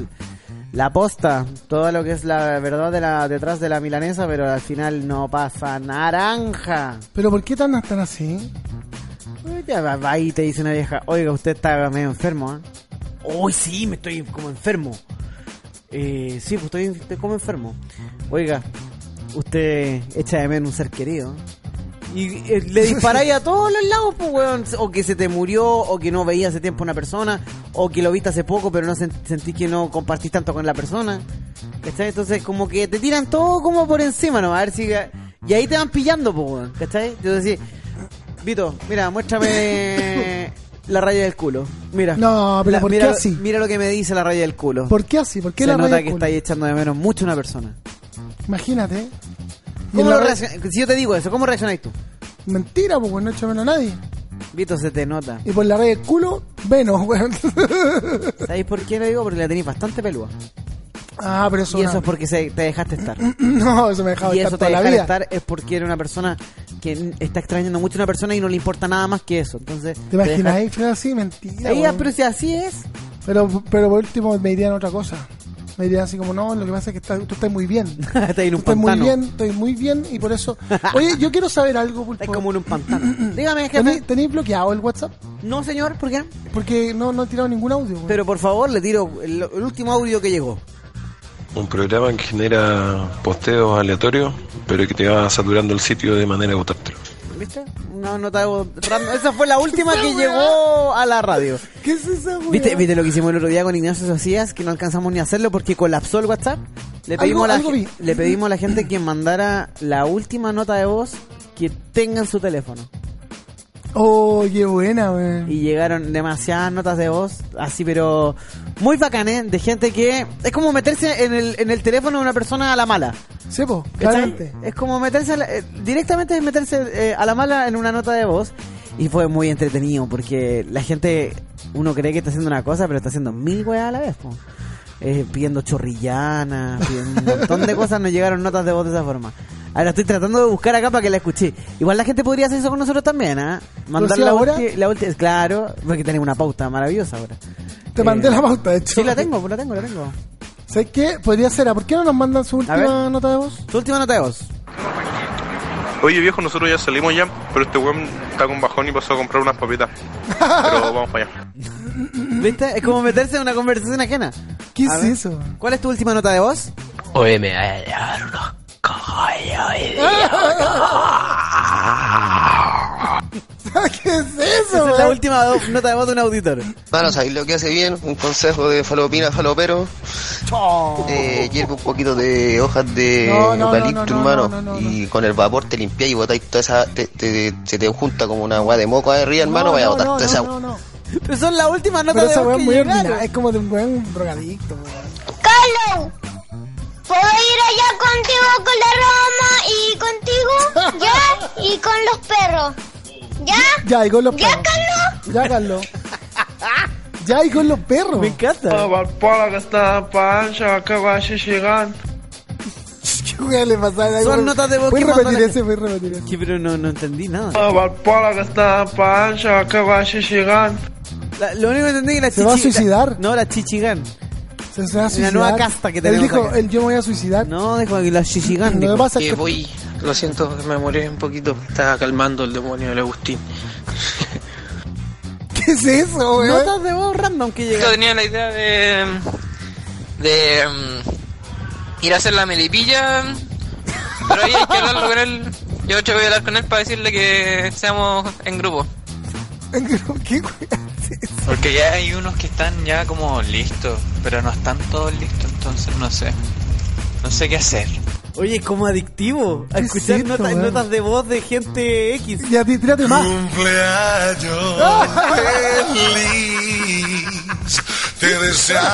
Speaker 4: la posta, todo lo que es la verdad de la detrás de la milanesa, pero al final no pasa naranja.
Speaker 3: Pero ¿por qué tan, tan así?
Speaker 4: Uy, ya va- va y te dice una vieja, oiga, usted está medio enfermo, ¿eh? Uy, sí, me estoy como enfermo. Eh, sí, pues estoy, estoy como enfermo. Oiga, usted echa de menos un ser querido. Y eh, le disparáis a todos los lados, pues, weón. O que se te murió, o que no veías hace tiempo a una persona, o que lo viste hace poco, pero no sen- sentí que no compartís tanto con la persona. ¿Cachai? Entonces, como que te tiran todo como por encima, ¿no? A ver si. Y ahí te van pillando, pues, weón. ¿Cachai? Yo decía, Vito, mira, muéstrame la raya del culo. Mira.
Speaker 3: No, pero ¿por qué
Speaker 4: mira, lo-
Speaker 3: así?
Speaker 4: Mira lo que me dice la raya del culo.
Speaker 3: ¿Por qué así? ¿Por qué
Speaker 4: Se
Speaker 3: la
Speaker 4: nota
Speaker 3: raya
Speaker 4: que
Speaker 3: del culo?
Speaker 4: estáis echando de menos mucho a una persona.
Speaker 3: Imagínate. Y
Speaker 4: ¿Cómo
Speaker 3: la
Speaker 4: lo
Speaker 3: ra-
Speaker 4: reacciona- si yo te digo eso, ¿cómo reaccionáis tú?
Speaker 3: Mentira, pues weón, no echo menos a nadie.
Speaker 4: Vito, se te nota.
Speaker 3: Y por la red del culo, venos, weón.
Speaker 4: ¿Sabéis por qué lo digo? Porque la tenéis bastante pelúa.
Speaker 3: ah, pero eso.
Speaker 4: Y
Speaker 3: no.
Speaker 4: eso es porque se- te dejaste estar.
Speaker 3: No, eso me dejaba
Speaker 4: y
Speaker 3: estar
Speaker 4: eso te
Speaker 3: toda la
Speaker 4: dejaste
Speaker 3: vida.
Speaker 4: estar es porque era una persona que n- está extrañando mucho a una persona y no le importa nada más que eso. Entonces,
Speaker 3: ¿Te imaginas ahí, Fred, así? Mentira.
Speaker 4: dejaste- Ella,
Speaker 3: weón.
Speaker 4: ah, pero si así es.
Speaker 3: pero, pero por último me dirían otra cosa. Me dirían así como, no, lo que pasa es que está- tú estás muy bien. Tú
Speaker 4: Estás en un
Speaker 3: estás muy
Speaker 4: pantano.
Speaker 3: bien, estoy muy bien y por eso... Oye, yo quiero saber algo, Pulpo.
Speaker 4: Estás como en un pantano.
Speaker 3: ¿Tenéis
Speaker 4: Dígame, jefe.
Speaker 3: tenéis bloqueado el WhatsApp?
Speaker 4: No, señor, ¿por qué?
Speaker 3: Porque no, no he tirado ningún audio. weón.
Speaker 4: Pero por favor, le tiro el, el último audio que llegó.
Speaker 9: Un programa que genera posteos aleatorios, pero que te va saturando el sitio de manera agotante.
Speaker 4: ¿Viste? Una nota random. Esa fue la última que llegó a la radio.
Speaker 3: ¿Qué es esa, weón?
Speaker 4: ¿Viste, ¿Viste lo que hicimos el otro día con Ignacio Socias? Que no alcanzamos ni a hacerlo porque colapsó el WhatsApp. Le
Speaker 3: Algo-
Speaker 4: pedimos, a, la,
Speaker 3: algo
Speaker 4: gen-
Speaker 3: vi.
Speaker 4: le pedimos a la gente que mandara la última nota de voz que tenga en su teléfono.
Speaker 3: Oh, qué buena, weón.
Speaker 4: Y llegaron demasiadas notas de voz, así pero muy bacanes, de gente que es como meterse en el, en el teléfono de una persona a la mala.
Speaker 3: Sepo,
Speaker 4: ¿Cachai?
Speaker 3: claramente.
Speaker 4: Es como meterse a la- eh, directamente es meterse eh, a la mala en una nota de voz y fue muy entretenido porque la gente uno cree que está haciendo una cosa pero está haciendo mil weas a la vez. po. Eh, pidiendo chorrillanas, pidiendo un montón de cosas, nos llegaron notas de voz de esa forma. Ahora estoy tratando de buscar acá para que la escuché. Igual la gente podría hacer eso con nosotros también, ¿ah? Mandar
Speaker 3: si
Speaker 4: la
Speaker 3: ahora-
Speaker 4: ulti- la ulti- claro, porque tenemos una pauta maravillosa ahora.
Speaker 3: Te
Speaker 4: Eh,
Speaker 3: mandé la pauta, de hecho.
Speaker 4: Sí, la tengo, la tengo, la tengo.
Speaker 3: ¿Sabes qué? Podría ser, ¿a ¿por qué no nos mandan su última
Speaker 4: ver.
Speaker 3: nota de voz?
Speaker 4: Tu última nota de voz.
Speaker 9: Oye viejo, nosotros ya salimos ya, pero este weón está con bajón y pasó a comprar unas papitas. Pero vamos para allá.
Speaker 4: ¿Viste? Es como meterse en una conversación ajena.
Speaker 3: ¿Qué
Speaker 4: A
Speaker 3: es
Speaker 4: ver.
Speaker 3: eso?
Speaker 4: ¿Cuál es tu última nota de voz?
Speaker 8: Oye, me va a dar unos
Speaker 3: ¿Qué es eso,
Speaker 4: Esa es la
Speaker 3: weón?
Speaker 4: última do- nota de voz de un auditor.
Speaker 10: Manos ahí lo que hace bien, un consejo de falopina, falopero. Eh, hierve un poquito de hojas de
Speaker 3: No, no,
Speaker 10: eucalipto,
Speaker 3: no, no,
Speaker 10: hermano.
Speaker 3: no, no, no,
Speaker 10: y con el vapor te limpiáis y botáis toda esa. te- te- se te junta como una agua de moco ahí arriba, hermano.
Speaker 3: No,
Speaker 10: vaya a
Speaker 3: no,
Speaker 10: botar
Speaker 3: no,
Speaker 10: toda
Speaker 3: no,
Speaker 10: esa.
Speaker 3: no, no.
Speaker 4: Pero son las últimas
Speaker 3: Pero
Speaker 4: notas de
Speaker 3: esa weón
Speaker 4: voz que
Speaker 3: es muy
Speaker 4: llegaron.
Speaker 3: ordinaria, es como de un weón un drogadicto, weón.
Speaker 6: ¡Carlos! ¿Puedo ir allá contigo con la Roma y contigo? ¿Ya? Y con los perros. ¿Ya?
Speaker 3: Ya, y con los
Speaker 6: ¿Ya,
Speaker 3: perros.
Speaker 6: Carlos?
Speaker 3: Ya, Carlos. Ya, y con los perros.
Speaker 4: Me
Speaker 3: ¿Qué
Speaker 4: encanta.
Speaker 3: weón le pasaba?
Speaker 4: Son notas de voz
Speaker 3: Voy
Speaker 4: que
Speaker 3: a
Speaker 4: mandó
Speaker 3: repetir
Speaker 4: la-
Speaker 3: ese, voy a repetir ese.
Speaker 4: Que pero no, no entendí nada. La- lo único que entendí es que la
Speaker 3: Se va a
Speaker 4: chichi-
Speaker 3: suicidar.
Speaker 4: la- no, la chichigan.
Speaker 3: Se, se va a suicidar.
Speaker 4: nueva casta que
Speaker 3: Él
Speaker 4: tenemos
Speaker 3: dijo,
Speaker 4: acá.
Speaker 3: él, yo me voy a suicidar.
Speaker 4: No, dijo que la chichigan.
Speaker 3: lo que
Speaker 4: dijo.
Speaker 3: pasa es que...
Speaker 10: Eh, voy, lo siento, me morí un poquito. Estaba calmando el demonio del Agustín.
Speaker 3: ¿Qué es eso, weón?
Speaker 4: Notas de voz random que llegan.
Speaker 10: tenía la idea de. de. mm, ir a hacer la melipilla. Pero ahí hay que hablarlo con él. Yo hecho voy a hablar con él para decirle que seamos en grupo.
Speaker 3: ¿Qué weón?
Speaker 9: Porque ya hay unos que están ya como listos, pero no están todos listos, entonces no sé. No sé qué hacer.
Speaker 4: Oye, es como adictivo. A
Speaker 3: ¿Qué
Speaker 4: escuchar
Speaker 3: es esto,
Speaker 4: notas,
Speaker 3: weón?
Speaker 4: notas de voz de gente X.
Speaker 3: Ya, tí- tírate más.
Speaker 11: Cumpleaños feliz. Te deseamos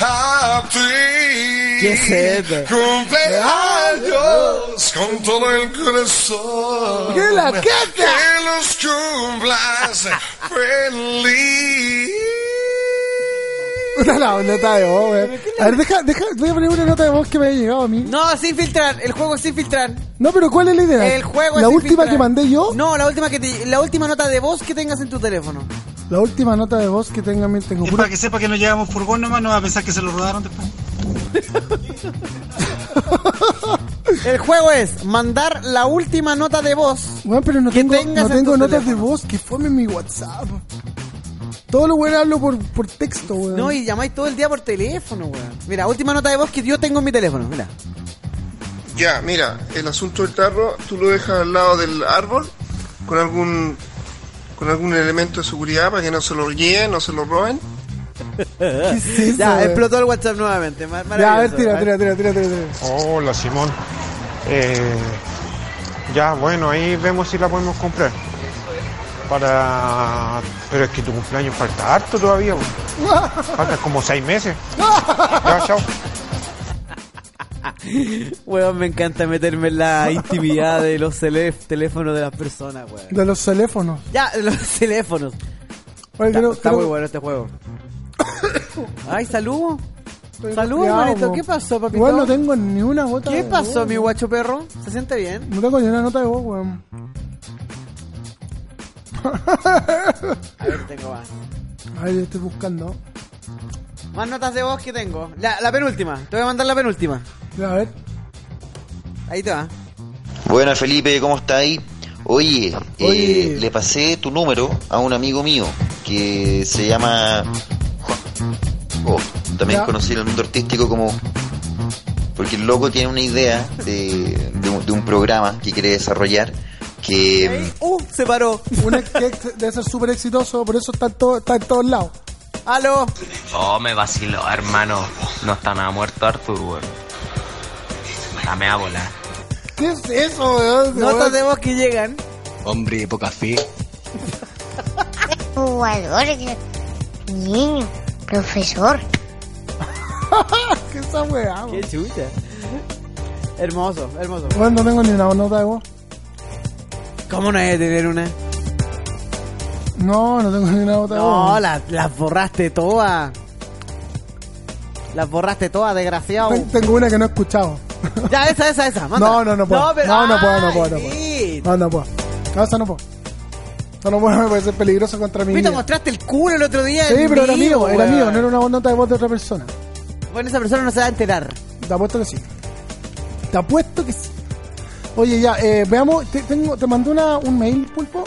Speaker 11: a ti.
Speaker 4: Qué sed.
Speaker 11: Cumpleaños con todo el corazón.
Speaker 3: ¡Que la caca!
Speaker 11: Que los cumplas feliz.
Speaker 3: Una la- nota de voz, weón. A ver, deja, deja, voy a poner una nota de voz que me haya llegado a mí.
Speaker 4: No, sin filtrar. El juego sin filtrar.
Speaker 3: No, pero ¿cuál es la idea?
Speaker 4: El juego
Speaker 3: La
Speaker 4: sin
Speaker 3: última
Speaker 4: filtrar.
Speaker 3: que mandé yo,
Speaker 4: No, la última, que te- la última nota de voz que tengas en tu teléfono.
Speaker 3: la última nota de voz que tenga mi- tengo.
Speaker 12: Es para que sepa que no llevamos furgón nomás, no va a pensar que se lo rodaron después.
Speaker 4: El juego es mandar la última nota de voz.
Speaker 3: Weón, pero no tengo,
Speaker 4: tengas
Speaker 3: no
Speaker 4: en
Speaker 3: tengo
Speaker 4: tu
Speaker 3: notas
Speaker 4: teléfono.
Speaker 3: de voz, que fome mi WhatsApp. Todo lo bueno hablo por, por texto, weón.
Speaker 4: No, y llamáis todo el día por teléfono, weón. Mira, última nota de voz que yo tengo en mi teléfono. Mira.
Speaker 13: Ya, mira, el asunto del tarro, tú lo dejas al lado del árbol con algún con algún elemento de seguridad para que no se lo guíen, no se lo roben.
Speaker 4: ya,
Speaker 13: weón?
Speaker 4: explotó el WhatsApp nuevamente. Mar-
Speaker 13: Ya, a ver,
Speaker 4: maravilloso,
Speaker 13: tira,
Speaker 4: ¿verdad?
Speaker 3: tira, tira, tira,
Speaker 14: Hola, Simón. Eh, ya, bueno, ahí vemos si la podemos comprar. Para. Pero es que tu cumpleaños falta harto todavía, weón. faltan como seis meses. Ya, chao.
Speaker 4: Weón, me encanta meterme en la intimidad de los tele- teléfonos de las personas, weón.
Speaker 3: De los teléfonos.
Speaker 4: Ya, de los teléfonos.
Speaker 3: Oye,
Speaker 4: está
Speaker 3: creo-
Speaker 4: está
Speaker 3: creo-
Speaker 4: muy bueno este juego. Ay, saludo.
Speaker 3: Estoy
Speaker 4: Saludos,
Speaker 3: resfriado,
Speaker 4: hermanito.
Speaker 3: po.
Speaker 4: ¿Qué pasó, papito?
Speaker 3: Igual no tengo ni una gota
Speaker 4: ¿Qué
Speaker 3: de
Speaker 4: pasó,
Speaker 3: voz,
Speaker 4: mi
Speaker 3: weón.
Speaker 4: guacho perro? ¿Se siente bien?
Speaker 3: No tengo ni una nota de voz, weón.
Speaker 4: A ver, tengo más.
Speaker 3: A ver, yo estoy buscando.
Speaker 4: Más notas de voz que tengo. La, la penúltima. Te voy a mandar la penúltima.
Speaker 3: A ver.
Speaker 4: Ahí te va.
Speaker 15: Buena Felipe, ¿cómo está ahí? Oye, eh,
Speaker 4: Oye.
Speaker 15: le pasé tu número a un amigo mío que se llama Juan. Oh, también
Speaker 16: Ya.
Speaker 15: conocido en el mundo artístico como... Porque el loco tiene una idea de, de un- de un programa que quiere desarrollar que...
Speaker 4: ¡Uh! Se paró.
Speaker 3: Un ex que ex- debe ser súper exitoso, por eso está en, todo- está en todos lados.
Speaker 4: ¡Aló!
Speaker 17: Oh, me vaciló, hermano. No está nada muerto Arthur, weón. Dame a volar.
Speaker 3: ¿Qué es eso, weón?
Speaker 4: Notas de voz que llegan.
Speaker 17: Hombre, poca fe.
Speaker 6: Jugadores, niño, profesor.
Speaker 3: ¿Qué esa weá,
Speaker 4: ¡Qué chucha! Hermoso, hermoso.
Speaker 3: Weón, no tengo ni una nota de voz.
Speaker 4: ¿Cómo no hay que tener una?
Speaker 3: No, no tengo ni una nota de voz.
Speaker 4: No, la- las borraste todas. Las borraste todas, desgraciado.
Speaker 3: Ten- Tengo una que no he escuchado.
Speaker 4: Ya, esa, esa, esa. manda.
Speaker 3: No, no, no puedo. No,
Speaker 4: pero-
Speaker 3: no, puedo, no
Speaker 4: ¡Ay,
Speaker 3: puedo, no
Speaker 4: sí!
Speaker 3: puedo. No, no puedo. No, esa no puedo. Esa no puedo, me parece peligroso contra mí.
Speaker 4: Viste, mostraste el culo el otro día.
Speaker 3: Sí,
Speaker 4: en
Speaker 3: pero era
Speaker 4: vivo,
Speaker 3: mío, era
Speaker 4: weón.
Speaker 3: mío, no era una nota de voz de otra persona.
Speaker 4: Bueno, esa persona no se va a enterar.
Speaker 3: Te apuesto que sí. Te apuesto que sí. Oye, ya, eh, veamos, te, tengo, te mandé una, un mail, Pulpo,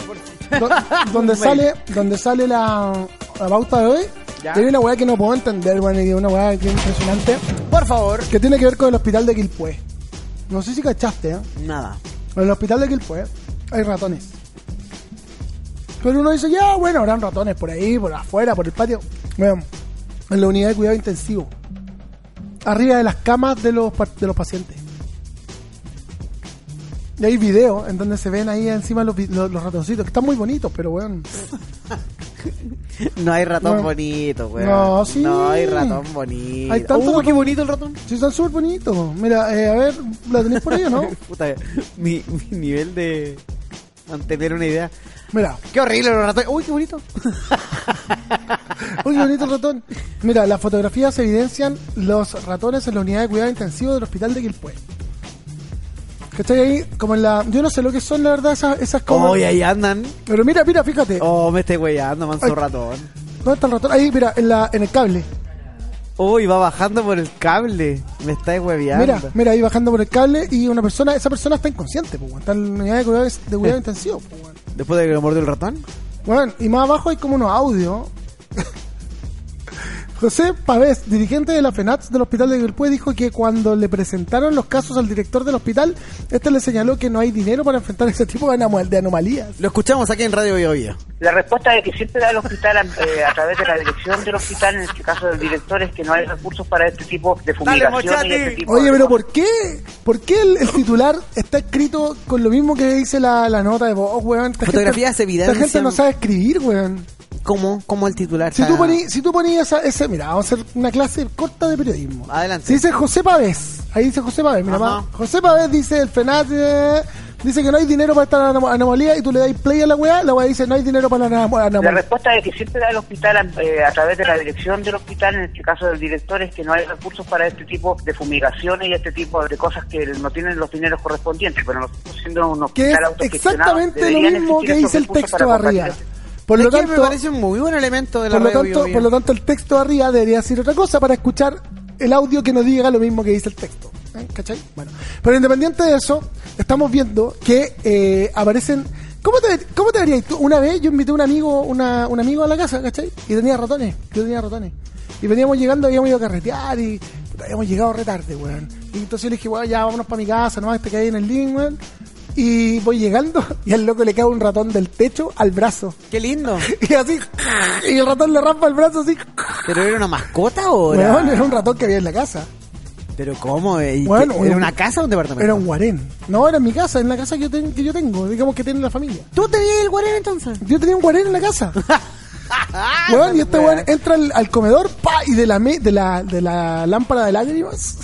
Speaker 3: do- donde
Speaker 4: Un mail.
Speaker 3: sale donde sale la, la pauta de hoy.
Speaker 4: Ya.
Speaker 3: Y hay una weá que no puedo entender, bueno, y una weá que es impresionante.
Speaker 4: Por favor.
Speaker 3: Que tiene que ver con el hospital de Quilpué. No sé si cachaste, ¿eh?
Speaker 4: Nada.
Speaker 3: En el hospital de Quilpué hay ratones. Pero uno dice, ya, bueno, habrán ratones por ahí, por afuera, por el patio. Bueno, en la unidad de cuidado intensivo. Arriba de las camas de los, pa- de los pacientes. Y hay videos en donde se ven ahí encima los, vi- los, los ratoncitos, que están muy bonitos, pero bueno.
Speaker 4: No hay ratón
Speaker 3: Bueno.
Speaker 4: bonito, weón.
Speaker 3: No, sí.
Speaker 4: No hay ratón bonito.
Speaker 3: Hay tanto
Speaker 4: Uh, qué
Speaker 3: ratón-
Speaker 4: bonito el ratón.
Speaker 3: Sí, están súper bonitos. Mira, eh, a ver, ¿la tenés por ahí o no?
Speaker 4: Puta, mi, mi nivel de mantener una idea.
Speaker 3: Mira.
Speaker 4: Qué horrible los ratones. Uy, qué bonito.
Speaker 3: Uy, qué bonito el ratón. Mira, las fotografías evidencian los ratones en la unidad de cuidado intensivo del hospital de Quilpué. ¿Cachai? Ahí, como en la. Yo no sé lo que son, la verdad, esas, esas cosas.
Speaker 4: Hoy ahí andan.
Speaker 3: Pero mira, mira, fíjate.
Speaker 4: Oh, me estoy weyando, manso
Speaker 3: Ay.
Speaker 4: ratón.
Speaker 3: ¿Dónde está el ratón? Ahí, mira, en, la, en el cable.
Speaker 4: Uy, va bajando por el cable. Me estáis hueveando.
Speaker 3: Mira, mira, ahí bajando por el cable y una persona, esa persona está inconsciente, pues, weón. está en la unidad de cuidado, de cuidado intensivo. pues, weón.
Speaker 4: Después de que lo mordió el ratón.
Speaker 3: Bueno, y más abajo hay como unos audios. José Pavés, dirigente de la FENATS del Hospital de Quilpué, dijo que cuando le presentaron los casos al director del hospital, este le señaló que no hay dinero para enfrentar ese tipo de, anomal- de anomalías.
Speaker 4: Lo escuchamos aquí en Radio Bio Bio.
Speaker 18: La respuesta de que siempre da el hospital eh, a través de la dirección del hospital, en este caso del director, es que no hay recursos para este tipo de fumigación y este tipo
Speaker 3: Oye,
Speaker 18: de...
Speaker 3: pero ¿por qué? ¿Por qué el, el titular está escrito con lo mismo que dice la, la nota de voz, weón? Esta
Speaker 4: Fotografías
Speaker 3: gente-
Speaker 4: evidencian-
Speaker 3: Esta gente no sabe escribir, weón.
Speaker 4: ¿Cómo, cómo el titular?
Speaker 3: Si
Speaker 4: está-
Speaker 3: tú ponías si tú poní esa, ese, mira, vamos a hacer una clase corta de periodismo.
Speaker 4: Adelante.
Speaker 3: Si dice José Pavés, ahí dice José Pavés, mira,
Speaker 4: Ajá.
Speaker 3: mamá. José Pavés dice el FENAT, eh, Dice que no hay dinero para esta anom- anomalía y tú le das play a la weá, la weá dice no hay dinero para la anom-
Speaker 18: La
Speaker 3: anomalía.
Speaker 18: respuesta es que siempre da el hospital eh, a través de la dirección del hospital, en este caso del director, es que no hay recursos para este tipo de fumigaciones y este tipo de cosas que no tienen los dineros correspondientes. Pero nosotros siendo un
Speaker 3: Que es
Speaker 18: hospital autogestionado,
Speaker 3: exactamente lo
Speaker 18: deberían
Speaker 3: mismo
Speaker 18: existir
Speaker 3: que
Speaker 18: esos
Speaker 3: dice el
Speaker 18: recursos
Speaker 3: texto
Speaker 18: para combatir
Speaker 3: arriba.
Speaker 18: este-
Speaker 3: Por lo
Speaker 4: Es que
Speaker 3: tanto,
Speaker 4: me parece un muy buen elemento de la
Speaker 3: por lo,
Speaker 4: radio
Speaker 3: tanto,
Speaker 4: Bio Bio.
Speaker 3: por lo tanto, el texto arriba debería decir otra cosa para escuchar el audio que nos diga lo mismo que dice el texto. ¿Eh? ¿Cachai? Bueno. Pero independiente de eso, estamos viendo que eh, aparecen. ¿Cómo te, ¿Cómo te verías tú? Una vez yo invité a un amigo, una, un amigo a la casa, ¿cachai? Y tenía ratones. Yo tenía ratones. Y veníamos llegando, habíamos ido a carretear y puta, habíamos llegado re tarde, weón. Y entonces yo le dije, weón, ya vámonos para mi casa, nomás te quedé en el living, weón. Y voy llegando y al loco le cae un ratón del techo al brazo.
Speaker 4: Qué lindo.
Speaker 3: Y así, y el ratón le rampa el brazo así.
Speaker 4: ¿Pero era una mascota o era...?
Speaker 3: Weón, era un ratón que había en la casa.
Speaker 4: ¿Pero cómo? eh? ¿Y
Speaker 3: Bueno,
Speaker 4: qué-
Speaker 3: bueno.
Speaker 4: ¿Era una casa o un departamento?
Speaker 3: Era un guarén. No, era en mi casa, en la casa que yo, ten- que yo tengo, digamos que tiene la familia.
Speaker 4: ¿Tú tenías el guarén entonces?
Speaker 3: Yo tenía un guarén en la casa. Weón, y este weón entra al, al comedor, pa, y de la, me- de la, de la lámpara de lágrimas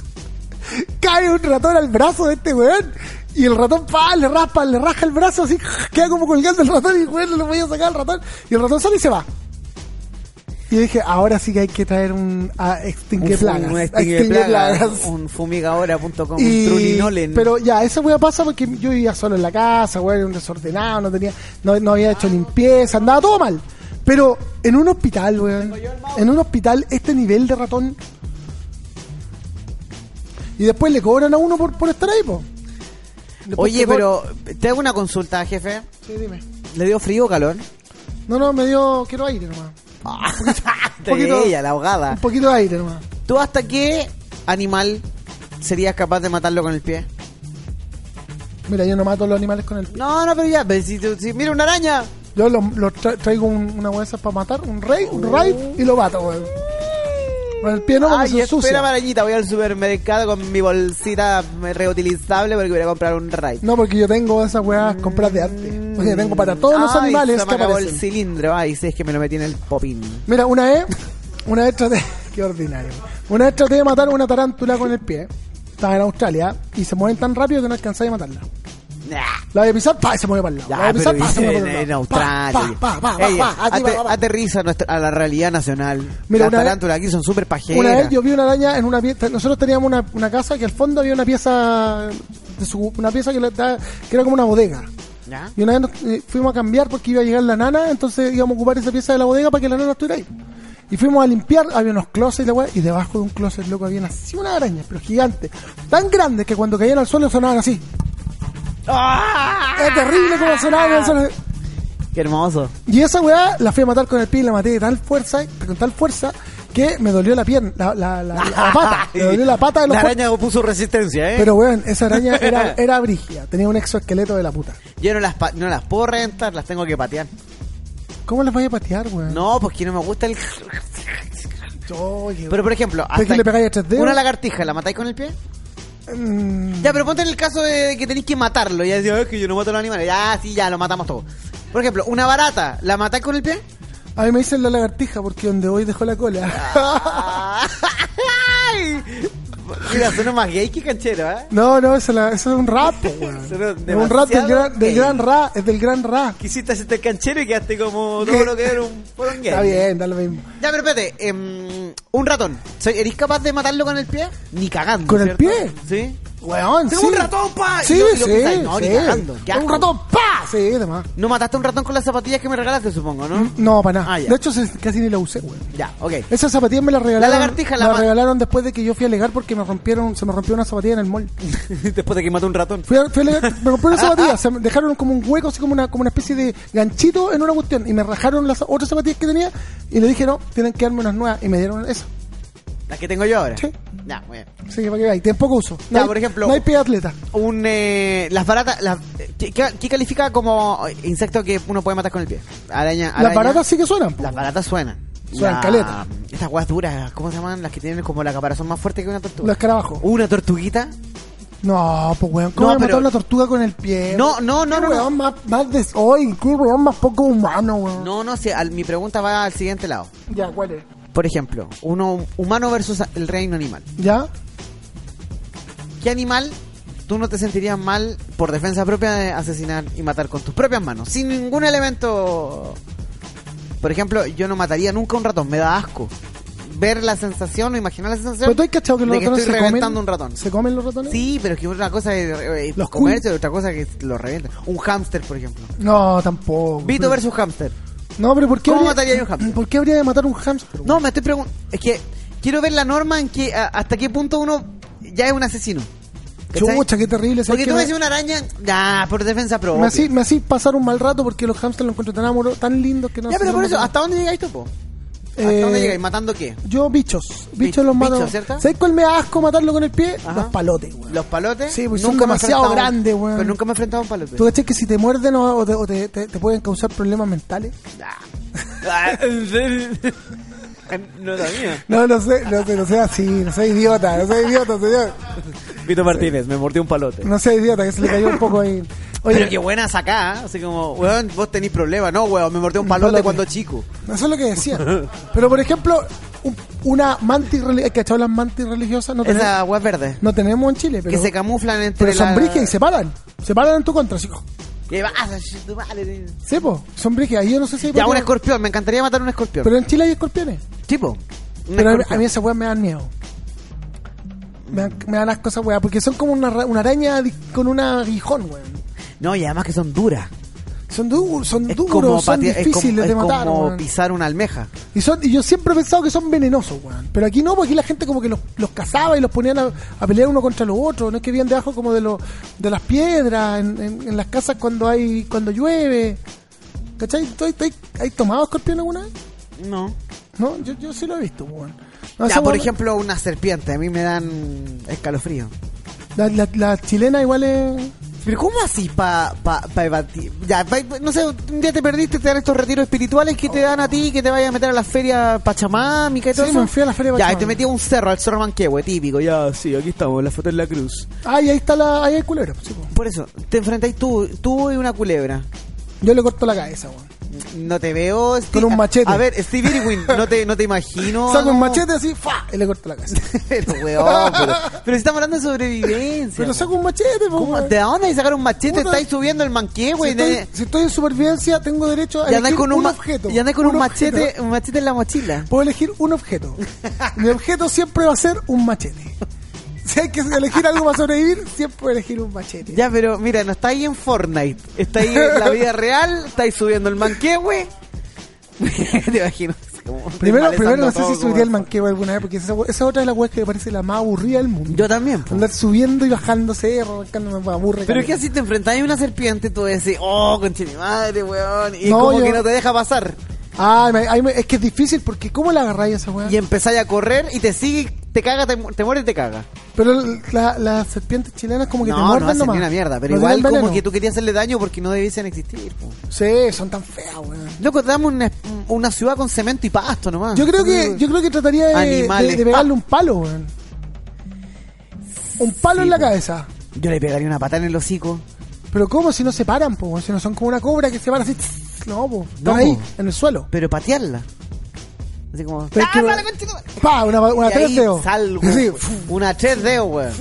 Speaker 3: cae un ratón al brazo de este weón. Y el ratón, pa, le raspa, le raja el brazo así, queda como colgando el ratón y weón, lo voy a sacar al ratón. Y el ratón sale y se va. Y dije, ahora sí que hay que traer un a extingue
Speaker 4: fu-
Speaker 3: plagas.
Speaker 4: un
Speaker 3: a
Speaker 4: extingue
Speaker 3: extingue
Speaker 4: plagas,
Speaker 3: plagas.
Speaker 4: Un fumigadora.com,
Speaker 3: Y-
Speaker 4: un trulinolen.
Speaker 3: Pero ya, esa weá pasa porque yo vivía solo en la casa, weón, era un desordenado, no tenía, no, no había hecho limpieza, andaba todo mal. Pero en un hospital, weón, en un hospital, este nivel de ratón. Y después le cobran a uno por, por estar ahí, po. Después
Speaker 4: Oye,
Speaker 3: te co-
Speaker 4: pero te hago una consulta, jefe.
Speaker 3: Sí, dime.
Speaker 4: ¿Le dio frío o calor?
Speaker 3: No, no, me dio, quiero aire nomás.
Speaker 4: Te ella, la ahogada.
Speaker 3: Ah, Un poquito de aire nomás.
Speaker 4: ¿Tú hasta qué animal serías capaz de matarlo con el pie?
Speaker 3: Mira, yo no mato a los animales con el pie.
Speaker 4: No, no, pero ya, pero si, tú- si- mira una araña.
Speaker 3: Yo los los tra- traigo un- una huesa para matar, un rey, un raid, y lo mato, weón. Con el pie no, porque
Speaker 4: Uh. Ay,
Speaker 3: se ensucia.
Speaker 4: espera, arañita, voy al supermercado con mi bolsita reutilizable porque voy a comprar un raid.
Speaker 3: No, porque yo tengo esas weas compradas de antes. Porque tengo para todos los
Speaker 4: Ay,
Speaker 3: animales
Speaker 4: se me
Speaker 3: que
Speaker 4: acabó el
Speaker 3: aparecen.
Speaker 4: cilindro. Ay, si es que me lo metí en el popín.
Speaker 3: Mira, una vez, una vez traté, qué ordinario. Una vez traté de matar una tarántula con el pie. Estaba en Australia y se mueven tan rápido que no alcanzáis a matarla. La voy a pisar, pa, y se mueve para el lado. La voy
Speaker 4: Ya,
Speaker 3: a pisar,
Speaker 4: pero
Speaker 3: pa, se
Speaker 4: dice
Speaker 3: mueve
Speaker 4: en,
Speaker 3: para el
Speaker 4: en
Speaker 3: lado.
Speaker 4: Australia.
Speaker 3: Pa, pa, pa, pa,
Speaker 4: Ey,
Speaker 3: pa, así,
Speaker 4: ate-
Speaker 3: pa, pa, pa.
Speaker 4: Aterriza a nuestra- a la realidad nacional.
Speaker 3: Mira,
Speaker 4: Las
Speaker 3: una vez-
Speaker 4: tarántulas aquí son súper pajeras.
Speaker 3: Una vez yo vi una araña en una pieza. Nosotros teníamos una, una casa que al fondo había una pieza, de su- una pieza que, le da- que era como una bodega.
Speaker 4: ¿Ya?
Speaker 3: Y una vez nos, eh, fuimos a cambiar porque iba a llegar la nana, entonces íbamos a ocupar esa pieza de la bodega para que la nana estuviera ahí. Y fuimos a limpiar, había unos closets y la weá, y debajo de un closet, loco, había así unas arañas, pero gigantes, tan grandes que cuando caían al suelo sonaban así. Es terrible como sonaban. sonaban.
Speaker 4: Qué hermoso.
Speaker 3: Y esa weá la fui a matar con el pie y la maté de tal fuerza, con tal fuerza, que me dolió la pierna, la, la, la- la pata, me dolió la pata de los
Speaker 4: La
Speaker 3: cuer-
Speaker 4: araña puso resistencia, ¿eh?
Speaker 3: Pero weón, esa araña era, era brígida, tenía un exoesqueleto de la puta.
Speaker 4: Yo no las, pa- no las puedo reventar, las tengo que patear.
Speaker 3: ¿Cómo las vaya a patear, weón?
Speaker 4: No, porque no me gusta el.
Speaker 3: Oye,
Speaker 4: Pero por ejemplo,
Speaker 3: ¿Pero es que le pegáis a tres dedos?
Speaker 4: una lagartija, ¿la matáis con el pie?
Speaker 3: Mm,
Speaker 4: Ya, pero ponte en el caso de que tenéis que matarlo. Ya decís, "Ay, que yo no mato a los animales. Ya, sí, ya, lo matamos todo. Por ejemplo, una barata, ¿la matáis con el pie?
Speaker 3: A mí me dicen la lagartija porque donde voy dejó la
Speaker 4: Ah.
Speaker 3: cola.
Speaker 4: ¡Ay! Mira, suena más gay que canchero, ¿eh?
Speaker 3: no, no, eso, la- eso es un rap, po, weón.
Speaker 4: Suena
Speaker 3: Es un rap del
Speaker 4: demasiado
Speaker 3: gran, del
Speaker 4: gay.
Speaker 3: gran ra, es del gran ra.
Speaker 7: Quisiste hacerte canchero y quedaste como todo lo que era un porón
Speaker 3: Está
Speaker 7: gay.
Speaker 3: bien, da lo mismo.
Speaker 4: Ya, pero espérate, em, un ratón. ¿Soy- ¿Eres capaz de matarlo con el pie? Ni cagando.
Speaker 3: ¿Con el
Speaker 4: ¿cierto?
Speaker 3: pie?
Speaker 4: Sí.
Speaker 3: Weón, sí.
Speaker 4: Tengo un ratón, pa. Y
Speaker 3: Sí,
Speaker 4: yo- y yo
Speaker 3: sí,
Speaker 4: pensaba, no, ni
Speaker 3: sí.
Speaker 4: cagando, qué
Speaker 3: Tengo un
Speaker 4: asco.
Speaker 3: ratón, pa. Sí, además.
Speaker 4: No mataste a un ratón con las zapatillas que me regalaste, supongo, ¿no?
Speaker 3: No, para nada.
Speaker 4: Ah, ya.
Speaker 3: de hecho, se- casi ni la usé, weón.
Speaker 4: Ya, ok.
Speaker 3: Esas zapatillas me las regalaron.
Speaker 4: lagartija, la
Speaker 3: me
Speaker 4: ma-
Speaker 3: regalaron después de que yo fui a alegar porque me rompieron, se me rompió una zapatilla en el mall.
Speaker 4: Después de que mató un ratón.
Speaker 3: Fui a, fui a alegar- me compré una zapatilla, se me dejaron como un hueco, así como una, como una especie de ganchito en una cuestión. Y me rajaron las otras zapatillas que tenía y le dije, no, tienen que darme unas nuevas. Y me dieron esas.
Speaker 4: Las que tengo yo ahora.
Speaker 3: Sí.
Speaker 4: Ya, muy bien.
Speaker 3: Sí, para que veáis, tampoco uso. No
Speaker 4: Ya,
Speaker 3: hay-
Speaker 4: por ejemplo-
Speaker 3: No hay pie de atleta.
Speaker 4: Un, eh, las baratas, las, ¿qué, qué- qué califica como insecto que uno puede matar con el pie? Araña, araña.
Speaker 3: Las baratas sí que suenan. po.
Speaker 4: Las baratas suenan.
Speaker 3: Suenan
Speaker 4: La-
Speaker 3: caleta.
Speaker 4: Estas guas duras, ¿cómo se llaman? Las que tienen como la caparazón más fuerte que una tortuga.
Speaker 3: Los escarabajos.
Speaker 4: ¿Una tortuguita?
Speaker 3: No, pues weón, ¿cómo
Speaker 4: No,
Speaker 3: le
Speaker 4: pero-
Speaker 3: mataron la tortuga con el pie?
Speaker 4: No, no, no,
Speaker 3: Qué
Speaker 4: no, no.
Speaker 3: weón Más, más des... Oy, qué weón más poco humano, weón.
Speaker 4: No, no sé, al- mi pregunta va al siguiente lado.
Speaker 3: Ya, ¿cuál es?
Speaker 4: Por ejemplo, uno humano versus el reino animal.
Speaker 3: ¿Ya?
Speaker 4: ¿Qué animal tú no te sentirías mal por defensa propia de asesinar y matar con tus propias manos, sin ningún elemento. Por ejemplo, yo no mataría nunca un ratón, me da asco. Ver la sensación o imaginar la sensación
Speaker 3: Pero tú has cachado que los
Speaker 4: de que
Speaker 3: ratones
Speaker 4: estoy
Speaker 3: se comen.
Speaker 4: reventando un ratón.
Speaker 3: ¿Se comen los ratones?
Speaker 4: Sí, pero es que una cosa es eh,
Speaker 3: Los
Speaker 4: comerse y otra cosa que lo revientan. Un hámster, por ejemplo.
Speaker 3: No, tampoco.
Speaker 4: Vito
Speaker 3: Pero-
Speaker 4: versus hámster.
Speaker 3: No, pero ¿por qué
Speaker 4: ¿Cómo
Speaker 3: habría-
Speaker 4: mataría yo un hámster?
Speaker 3: ¿Por qué habría de matar un hámster?
Speaker 4: No, me estoy preguntando. Es que quiero ver la norma en que a- hasta qué punto uno ya es un asesino. ¿Cachai?
Speaker 3: Chucha, qué terrible. ¿sabes
Speaker 4: Porque
Speaker 3: qué?
Speaker 4: tú
Speaker 3: Me-
Speaker 4: me haces una araña, ya, por defensa propia.
Speaker 3: Me así, me así pasar un mal rato porque los hámsters los encuentro tan amorosos, tan lindos que no
Speaker 4: Ya,
Speaker 3: se
Speaker 4: pero por
Speaker 3: llaman-
Speaker 4: eso, ¿hasta dónde llegáis tú, po? ¿Hasta
Speaker 3: Eh,
Speaker 4: dónde llegáis? ¿Matando qué?
Speaker 3: Yo bichos, bichos los mato.
Speaker 4: bichos, ¿cierto?
Speaker 3: ¿Sabes cuál me da asco matarlo con el pie? Los palotes, weón.
Speaker 4: ¿Los palotes?
Speaker 3: Sí, pues son demasiado
Speaker 4: me he enfrentado-
Speaker 3: grandes, weón.
Speaker 4: Pero nunca me he enfrentado a un palote.
Speaker 3: ¿Tú cachas que si te muerden o, o te, o te- te- te pueden causar problemas mentales?
Speaker 7: Ah. no sabía.
Speaker 3: No, no sé, no sé, no sé así, no sé idiota, no sé idiota, señor.
Speaker 7: Vito Martínez, me mordió un palote.
Speaker 3: No sé idiota, que se le cayó un poco ahí.
Speaker 4: Pero qué buena sacada, ¿eh? así como, weón, vos tenés problemas, no, weón, me mordió un palote,
Speaker 3: palote.
Speaker 4: cuando chico.
Speaker 3: Eso es lo que decía. Pero por ejemplo, un- una mantis religiosa, ¿cachado las mantis religiosas? No tenemos,
Speaker 4: Esa weá es verde.
Speaker 3: no tenemos en Chile, pero,
Speaker 4: que se camuflan entre
Speaker 3: pero son
Speaker 4: la-
Speaker 3: brígidas y se paran. Se paran en tu contra, chicos.
Speaker 4: ¿Qué pasa, shit, tu ah, madre?
Speaker 3: Sí, po, son brígidas. Ahí yo no sé si hay
Speaker 4: Ya, un
Speaker 3: porque-
Speaker 4: escorpión, me encantaría matar un escorpión.
Speaker 3: Pero en Chile hay escorpiones.
Speaker 4: Tipo. un
Speaker 3: Pero a mí,
Speaker 4: escorpión.
Speaker 3: a mí esas weas me dan miedo. Me dan, me dan asco esas weas, porque son como una, ra- una araña di- con un aguijón, weón.
Speaker 4: No, y además que son duras.
Speaker 3: Son, du- son
Speaker 4: Es
Speaker 3: duros,
Speaker 4: como
Speaker 3: son
Speaker 4: patear- es como-
Speaker 3: difíciles
Speaker 4: es
Speaker 3: de matar,
Speaker 4: como
Speaker 3: weón.
Speaker 4: pisar una almeja.
Speaker 3: Y, son, y yo siempre he pensado que son venenosos, weón. Pero aquí no, porque aquí la gente como que los, los cazaba y los ponían a, a pelear uno contra los otros. No es que vivían debajo como de, lo, de las piedras, en, en- en las casas cuando hay cuando llueve. ¿Cachai? ¿Tú- tú- tú- ¿Hay tomado escorpión alguna vez?
Speaker 4: No.
Speaker 3: No, yo, yo sí lo he visto, weón. No,
Speaker 4: ya,
Speaker 3: esa
Speaker 4: por
Speaker 3: wea-
Speaker 4: ejemplo, una serpiente. A mí me dan escalofrío.
Speaker 3: La, la, la chilena igual es...
Speaker 4: Pero ¿cómo así para pa, pa evadir? Ya, pa- no sé, un día te perdiste, te dan estos retiros espirituales que te dan a ti, que te vayas a meter a la feria pachamámica y todo
Speaker 3: Sí,
Speaker 4: eso.
Speaker 3: me fui a la feria
Speaker 4: Ya, y
Speaker 3: pachamámica.
Speaker 4: te metí a un cerro, al cerro manquehue, típico. Ya, sí, aquí estamos, la foto en la cruz.
Speaker 3: Ah, y ahí está la... Ahí hay culebra, pues, sí, po.
Speaker 4: Por eso, te enfrentáis tú, tú y una culebra.
Speaker 3: Yo le corto la cabeza, weón.
Speaker 4: No te veo. Steve-
Speaker 3: un machete.
Speaker 4: A ver, Steve Irwin, no te, no te imagino.
Speaker 3: Saco un
Speaker 4: algo-
Speaker 3: machete así, fa, y le corto la cabeza.
Speaker 4: pero, weón, pero, pero si estamos hablando de sobrevivencia.
Speaker 3: Pero
Speaker 4: weón.
Speaker 3: saco un machete, po,
Speaker 4: ¿Cómo?
Speaker 3: weón.
Speaker 4: ¿De dónde hay que sacar un machete?
Speaker 3: Puta.
Speaker 4: Estáis subiendo el manqué,
Speaker 3: Si
Speaker 4: güey.
Speaker 3: estoy, si estoy en supervivencia, tengo derecho a
Speaker 4: Y andáis
Speaker 3: elegir
Speaker 4: con
Speaker 3: un,
Speaker 4: un, ma-
Speaker 3: objeto.
Speaker 4: y andáis con un, machete,
Speaker 3: objeto.
Speaker 4: un machete en la mochila.
Speaker 3: Puedo elegir un objeto. Mi objeto siempre va a ser un machete. Si hay que elegir algo para sobrevivir, siempre voy a elegir un machete.
Speaker 4: Ya, pero mira, no estáis en Fortnite. Estáis en la vida real, estáis subiendo el manqué, güey. Te imagino. como
Speaker 3: Primero, primero no sé
Speaker 4: desmalezando
Speaker 3: si
Speaker 4: todo,
Speaker 3: subiría el
Speaker 4: como-
Speaker 3: manqueo alguna vez, porque esa, esa es otra de las weas que me parece la más aburrida del mundo.
Speaker 4: Yo también. po.
Speaker 3: Andar subiendo y bajando cerro, arrancando, me aburre.
Speaker 4: Pero es que
Speaker 3: caleta.
Speaker 4: así te enfrentáis a una serpiente, tú decís, oh, conche mi madre, weón. Y
Speaker 3: No,
Speaker 4: como
Speaker 3: yo-
Speaker 4: que no te deja pasar.
Speaker 3: Ah, me- ahí me- es que es difícil, porque ¿cómo la agarráis a esa wea?
Speaker 4: Y em- empezáis a correr y te sigue, te caga, te, mu- te muere y te caga.
Speaker 3: Pero la- las serpientes chilenas como que te
Speaker 4: No, no
Speaker 3: muerden
Speaker 4: hacen
Speaker 3: nomás.
Speaker 4: ni una mierda. Pero
Speaker 3: No
Speaker 4: igual
Speaker 3: tienen
Speaker 4: como
Speaker 3: veneno.
Speaker 4: que tú querías hacerle daño porque no debiesen existir, po.
Speaker 3: Sí, son tan feas, weón.
Speaker 4: Loco, dame una, una ciudad con cemento y pasto nomás.
Speaker 3: Yo creo que, yo creo que trataría de,
Speaker 4: Ah, Animales.
Speaker 3: de- de pegarle un palo, weón. Un palo en la cabeza.
Speaker 4: Yo le pegaría una patada en el hocico.
Speaker 3: Pero ¿cómo si no se paran, po? weón? Si no son como una cobra que se para así. tss, No, po. Están
Speaker 4: No,
Speaker 3: ahí,
Speaker 4: po.
Speaker 3: en el suelo.
Speaker 4: Pero patearla. Así como...
Speaker 3: Pero es que-
Speaker 4: ¡Ah, vale, conchetumare!
Speaker 3: Pa, una, una
Speaker 4: y ahí
Speaker 3: tres dedos.
Speaker 4: salgo.
Speaker 3: Sí,
Speaker 4: Una tres dedos, weón.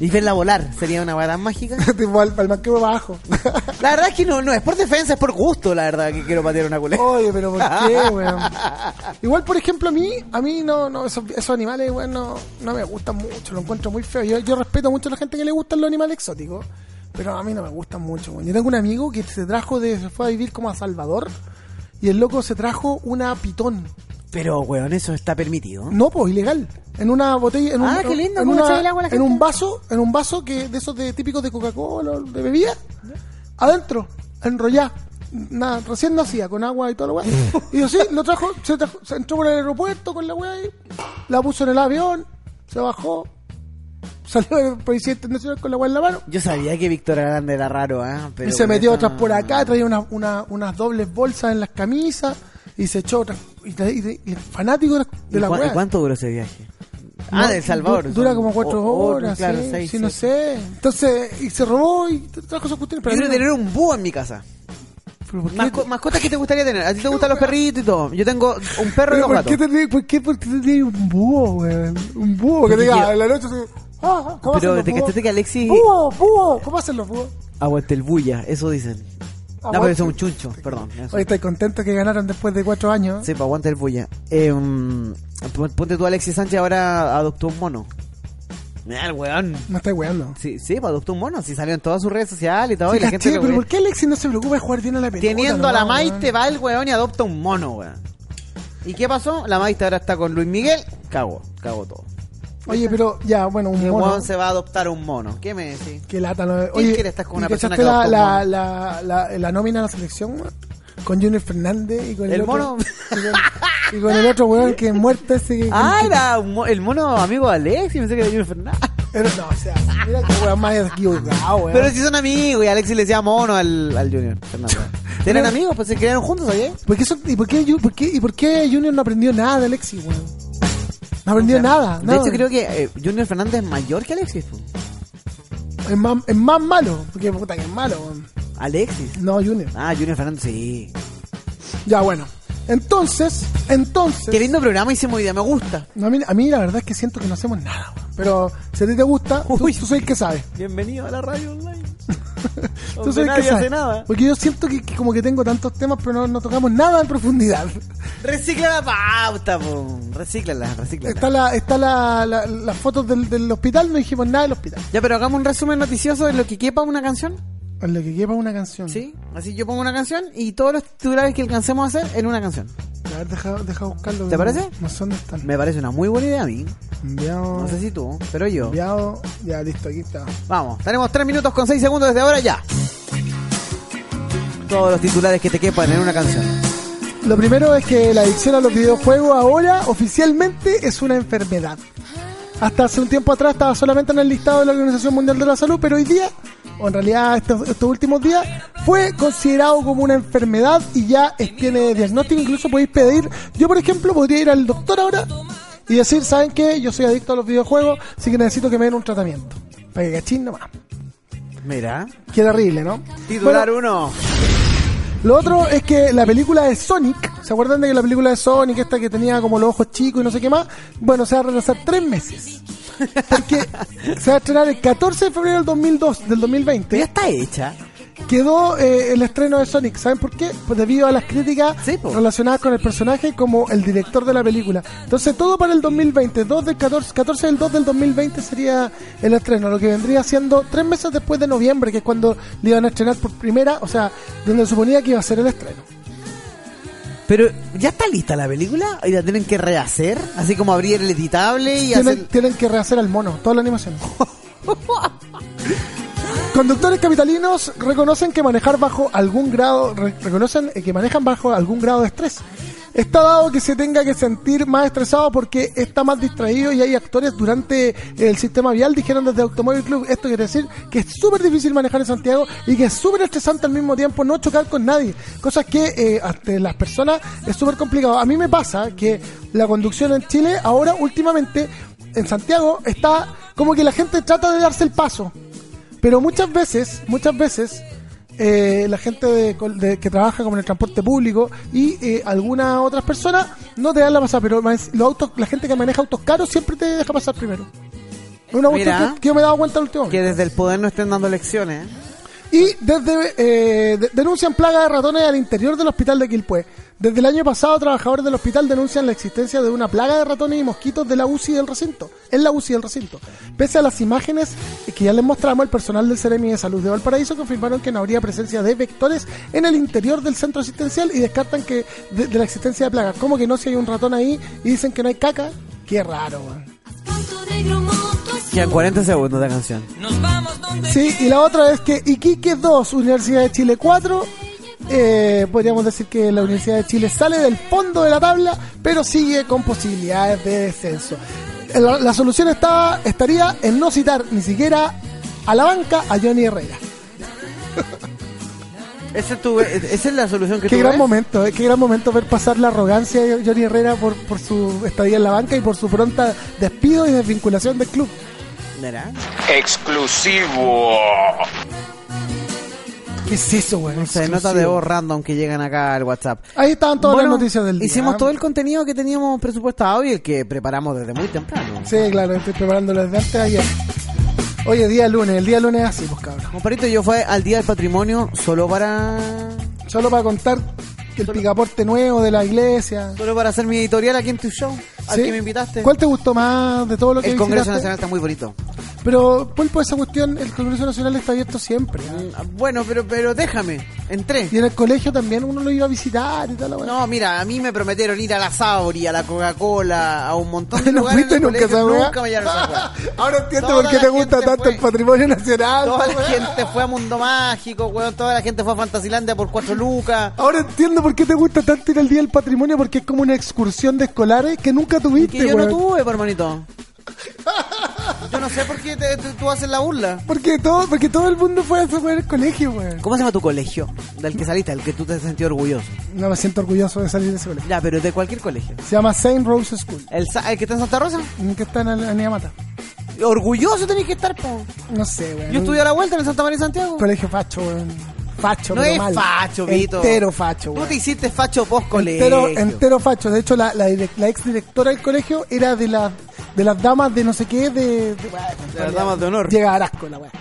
Speaker 4: Y verla volar. Sería una weá tan mágica.
Speaker 3: tipo al, al manqueo para abajo.
Speaker 4: La verdad es que no, no es por defensa, es por gusto, la verdad, que quiero patear una culebra.
Speaker 3: Oye, pero ¿por qué, weón? Igual, por ejemplo, a mí, a mí no, no, esos, esos animales, weón, no, no me gustan mucho, lo encuentro muy feo. Yo, yo respeto mucho a la gente que le gustan los animales exóticos, pero a mí no me gustan mucho, weón. Yo tengo un amigo que se trajo de, se fue a vivir como a Salvador, y el loco se trajo una pitón.
Speaker 4: Pero, weón, eso está permitido.
Speaker 3: No, pues, ilegal. En una botella, en un,
Speaker 4: Ah, qué lindo,
Speaker 3: en,
Speaker 4: ¿cómo
Speaker 3: una-
Speaker 4: echa el agua la
Speaker 3: en un
Speaker 4: gente?
Speaker 3: vaso, en un vaso que de esos de típicos de Coca-Cola, o de bebida, adentro, enrollá. Nada, recién nacida, con agua y todo lo weá. Y así lo trajo, se, trajo- se entró por el aeropuerto con la weá y la puso en el avión, se bajó, salió del policía internacional con la weá en la mano
Speaker 4: Yo sabía que Víctor Grande era raro, ¿eh? Pero
Speaker 3: y se
Speaker 4: con
Speaker 3: metió
Speaker 4: esa-
Speaker 3: otras por acá, traía una- una- unas dobles bolsas en las camisas y se echó otras. Y, tra- y- y fanático de la-
Speaker 4: ¿Y,
Speaker 3: de la
Speaker 4: cuán-
Speaker 3: weá.
Speaker 4: y cuánto duró ese viaje? ah,
Speaker 3: No,
Speaker 4: del Salvador.
Speaker 3: du- Dura
Speaker 4: son-
Speaker 3: como cuatro
Speaker 4: o- o-
Speaker 3: horas,
Speaker 4: claro,
Speaker 3: sí,
Speaker 4: seis,
Speaker 3: sí, no
Speaker 4: siete.
Speaker 3: sé. Entonces, y se robó y t- trajo esas cuestiones.
Speaker 4: Yo
Speaker 3: Pero
Speaker 4: quiero
Speaker 3: a mí no-
Speaker 4: tener un búho en mi casa.
Speaker 3: pero ¿por qué-
Speaker 4: Masco- mascotas que te gustaría tener. A ti te gustan los perritos y todo. Yo tengo un
Speaker 3: pero
Speaker 4: perro y dos
Speaker 3: ¿por qué
Speaker 4: gatos.
Speaker 3: tenés- por qué- por qué tenés un búho, weón? Un búho que
Speaker 4: Porque
Speaker 3: tenga
Speaker 4: quiero-
Speaker 3: en la noche así, Ah, ¿Cómo hacen
Speaker 4: Pero
Speaker 3: los
Speaker 4: te
Speaker 3: búhos?
Speaker 4: cachaste que Alexis
Speaker 3: ¡Búho, búho! ¿Cómo hacen los búhos?
Speaker 4: aguante el bulla, eso dicen. No,
Speaker 3: Aguante.
Speaker 4: pero eso es un chuncho, perdón. eso.
Speaker 3: Hoy estoy contento que ganaron después de cuatro años.
Speaker 4: Sí, pues aguante el bulla. Eh, mm, pon- ponte tú, Alexis Sánchez ahora adoptó un mono. Mira el weón.
Speaker 3: No estoy weando.
Speaker 4: Sí, sí, pues adoptó un mono. Sí, salió en todas sus redes sociales y todo.
Speaker 3: Sí,
Speaker 4: y la gente
Speaker 3: caché,
Speaker 4: lo
Speaker 3: pero
Speaker 4: ve.
Speaker 3: ¿por qué Alexis no se preocupa de jugar bien a la pelota?
Speaker 4: Teniendo a la
Speaker 3: nomás,
Speaker 4: Maite, va el weón y adopta un mono, weón. ¿Y qué pasó? La Maite ahora está con Luis Miguel. Cago, cago todo.
Speaker 3: weón? Oye, pero ya, bueno, un
Speaker 4: El
Speaker 3: mono.
Speaker 4: weón se va a adoptar un mono. ¿Qué me decís?
Speaker 3: Qué lata, ¿no? Oye,
Speaker 4: quiere estar con
Speaker 3: ¿y
Speaker 4: una persona
Speaker 3: cachaste
Speaker 4: que adopta
Speaker 3: la,
Speaker 4: un
Speaker 3: la, la, la, la nómina de la selección, weón? Con Junior Fernández y con el,
Speaker 4: El
Speaker 3: otro-
Speaker 4: mono.
Speaker 3: Y con, y con el otro weón que es muerto ese.
Speaker 4: Ah, era un mo- el mono amigo de Alexis. Pensé que era Junior Fernández.
Speaker 3: Pero no, o sea, mira qué weón más equivocado, weón.
Speaker 4: Pero si son amigos y Alexis le decía mono al, al Junior Fernández. ¿Tienen amigos? Pues se criaron juntos, ¿sabes?
Speaker 3: ¿Por qué son- ¿Y por qué, Ju- por qué- y por qué Junior no aprendió nada de Alexis, weón? No aprendió nada.
Speaker 4: De
Speaker 3: nada.
Speaker 4: hecho, creo que eh, Junior Fernández es mayor que Alexis. pues. po.
Speaker 3: Es más, es más malo, porque puta que es malo, weón.
Speaker 4: Alexis.
Speaker 3: No, Junior.
Speaker 4: Ah, Junior Fernández, sí.
Speaker 3: Ya, bueno. Entonces, entonces.
Speaker 4: Qué lindo programa hicimos hoy día, me gusta.
Speaker 3: No, a, mí, a mí la verdad es que siento que no hacemos nada, weón. Pero si a ti te gusta, tú, tú soy el que sabe.
Speaker 7: Bienvenido a la radio online.
Speaker 3: Tú soy el que
Speaker 7: nadie
Speaker 3: sabe.
Speaker 7: hace nada.
Speaker 3: Porque yo siento que, que como que tengo tantos temas, pero no, no tocamos nada en profundidad.
Speaker 4: Recicla la pauta, po. Recíclala, recíclala.
Speaker 3: Está la, está la, la- las fotos del, del hospital, no dijimos nada del hospital.
Speaker 4: Ya, pero hagamos un resumen noticioso de lo que quepa una canción.
Speaker 3: En lo que quepa una canción.
Speaker 4: Sí. Así yo pongo una canción y todos los titulares que alcancemos a hacer en una canción.
Speaker 3: A ver, deja, deja buscarlo.
Speaker 4: ¿Te parece?
Speaker 3: No sé dónde están.
Speaker 4: Me parece una muy buena idea a mí.
Speaker 3: Enviado.
Speaker 4: No sé si tú, pero yo.
Speaker 3: Enviado. Ya, listo, aquí está.
Speaker 4: Vamos, tenemos 3 minutos con 6 segundos desde ahora ya. Todos los titulares que te quepan en una canción.
Speaker 3: Lo primero es que la adicción a los videojuegos ahora oficialmente es una enfermedad. Hasta hace un tiempo atrás estaba solamente en el listado de la Organización Mundial de la Salud, pero hoy día, o en realidad estos, estos últimos días, fue considerado como una enfermedad y ya es- tiene diagnóstico. Incluso podéis pedir, yo por ejemplo podría ir al doctor ahora y decir, ¿saben qué? Yo soy adicto a los videojuegos, así que necesito que me den un tratamiento. Para que cachín nomás.
Speaker 4: Mira.
Speaker 3: Qué terrible, ¿no?
Speaker 4: Titular
Speaker 3: Bueno,
Speaker 4: 1.
Speaker 3: lo otro es que la película de Sonic, ¿se acuerdan de que la película de Sonic, esta que tenía como los ojos chicos y no sé qué más? Bueno, se va a retrasar tres meses. Porque se va a estrenar el 14 de febrero del 2002, del 2020. Ya
Speaker 4: está hecha.
Speaker 3: Quedó eh, el estreno de Sonic, ¿saben por qué? Pues debido a las críticas relacionadas con el personaje como el director de la película. Entonces todo para el 2020, 2 del 14, 14 del 2 del 2020 sería el estreno, lo que vendría siendo tres meses después de noviembre, que es cuando le iban a estrenar por primera, o sea, donde suponía que iba a ser el estreno.
Speaker 4: Pero, ¿ya está lista la película? ¿Y la tienen que rehacer? Así como abrir el editable y
Speaker 3: tienen,
Speaker 4: hacer...
Speaker 3: tienen que rehacer al mono, toda la animación. Conductores capitalinos reconocen que manejar bajo algún grado, re- reconocen eh, que manejan bajo algún grado de estrés. Está dado que se tenga que sentir más estresado porque está más distraído y hay actores durante el sistema vial, dijeron desde Automóvil Club. Esto quiere decir que es súper difícil manejar en Santiago y que es súper estresante al mismo tiempo no chocar con nadie. Cosas que eh, ante las personas es súper complicado. A mí me pasa que la conducción en Chile ahora últimamente en Santiago está como que la gente trata de darse el paso. Pero muchas veces, muchas veces, eh, la gente de, col- de- que trabaja como en el transporte público y eh, algunas otras personas no te dan la pasada, pero más- los autos, la gente que maneja autos caros siempre te deja pasar primero. Es una cuestión
Speaker 4: Mira.
Speaker 3: que, que yo me he dado cuenta el último
Speaker 4: Que desde el poder no estén dando lecciones. ¿eh?
Speaker 3: y desde eh, de- denuncian plaga de ratones al interior del hospital de Quilpué. Desde el año pasado, trabajadores del hospital denuncian la existencia de una plaga de ratones y mosquitos de la UCI del recinto. En la UCI del recinto. Pese a las imágenes que ya les mostramos, el personal del Ceremi de Salud de Valparaíso confirmaron que no habría presencia de vectores en el interior del centro asistencial y descartan que de, de la existencia de plagas. ¿Cómo que no si hay un ratón ahí y dicen que no hay caca? Qué raro, weón.
Speaker 4: Quedan 40 segundos de canción.
Speaker 3: Sí, y la otra es que Iquique 2, Universidad de Chile 4. eh, podríamos decir que la Universidad de Chile sale del fondo de la tabla, pero sigue con posibilidades de descenso. La, la solución está, estaría en no citar ni siquiera a la banca a Johnny Herrera.
Speaker 4: Ese tuve- esa es la solución que
Speaker 3: Qué
Speaker 4: tú
Speaker 3: gran
Speaker 4: ves?
Speaker 3: momento, eh, qué gran momento ver pasar la arrogancia de Johnny Herrera por, por su estadía en la banca y por su pronta despido y desvinculación del club.
Speaker 4: Mira.
Speaker 11: Exclusivo.
Speaker 3: ¿Qué es eso, güey?
Speaker 4: No sé, notas de voz random que llegan acá al WhatsApp.
Speaker 3: Ahí estaban todas
Speaker 4: Bueno,
Speaker 3: las noticias del día. ¿eh?
Speaker 4: Hicimos todo el contenido que teníamos presupuestado y el que preparamos desde muy temprano.
Speaker 3: Sí, claro, estoy preparándolo desde antes de ayer. Hoy es día lunes, el día lunes es así, pues cabrón.
Speaker 4: Comparito, yo fue al Día del Patrimonio solo para...
Speaker 3: Solo para contar el picaporte nuevo de la iglesia.
Speaker 4: Solo para hacer mi editorial aquí en tu show, al
Speaker 3: ¿Sí?
Speaker 4: que me invitaste.
Speaker 3: ¿Cuál te gustó más de todo lo que
Speaker 4: El Congreso
Speaker 3: visitaste?
Speaker 4: Nacional está muy bonito.
Speaker 3: Pero, Pulpo, esa cuestión, el Congreso Nacional está abierto siempre. ¿ah?
Speaker 4: Bueno, pero, pero déjame, entré.
Speaker 3: Y en el colegio también uno lo iba a visitar y tal. La
Speaker 4: No, mira, a mí me prometieron ir a la Sauri, a la Coca-Cola, a un montón de
Speaker 3: No
Speaker 4: lugares.
Speaker 3: fuiste
Speaker 4: en el
Speaker 3: nunca a esa
Speaker 4: colegio,
Speaker 3: weá.
Speaker 4: Nunca me llevaron a esa weá.
Speaker 3: Ahora entiendo
Speaker 4: Toda
Speaker 3: por qué
Speaker 4: la
Speaker 3: te gusta
Speaker 4: gente
Speaker 3: tanto el patrimonio nacional.
Speaker 4: Toda la
Speaker 3: weón.
Speaker 4: gente fue a Mundo Mágico, weón. Toda la gente fue a Fantasilandia por cuatro lucas.
Speaker 3: Ahora entiendo por qué te gusta tanto ir al Día del Patrimonio, porque es como una excursión de escolares que nunca tuviste,
Speaker 4: Que yo no
Speaker 3: weón.
Speaker 4: tuve, po, hermanito. Yo no sé por qué te- tú- tú haces la burla.
Speaker 3: Porque todo, porque todo el mundo fue a ese weón al colegio, weón.
Speaker 4: ¿Cómo se llama tu colegio? Del que saliste, del que tú te sentí orgulloso.
Speaker 3: No me siento orgulloso de salir de ese colegio.
Speaker 4: Ya, pero de cualquier colegio.
Speaker 3: Se llama Saint Rose School.
Speaker 4: ¿El, sa- el que está en Santa Rosa?
Speaker 3: Que está en Aniamata.
Speaker 4: Orgulloso tenés que estar, po.
Speaker 3: No sé, weón.
Speaker 4: Yo estudié a la vuelta en el Santa María de Santiago.
Speaker 3: Un Colegio facho, weón. Facho,
Speaker 4: No
Speaker 3: pero
Speaker 4: es
Speaker 3: mal.
Speaker 4: facho, Vito.
Speaker 3: Entero facho,
Speaker 4: Tú
Speaker 3: weón.
Speaker 4: te hiciste facho post
Speaker 3: Entero,
Speaker 4: colegio.
Speaker 3: entero facho. De hecho, la, la, direc- la ex directora del colegio era de, la, de las damas de no sé qué, de. de-
Speaker 4: las damas de honor.
Speaker 3: Llega a Arasco, la weá.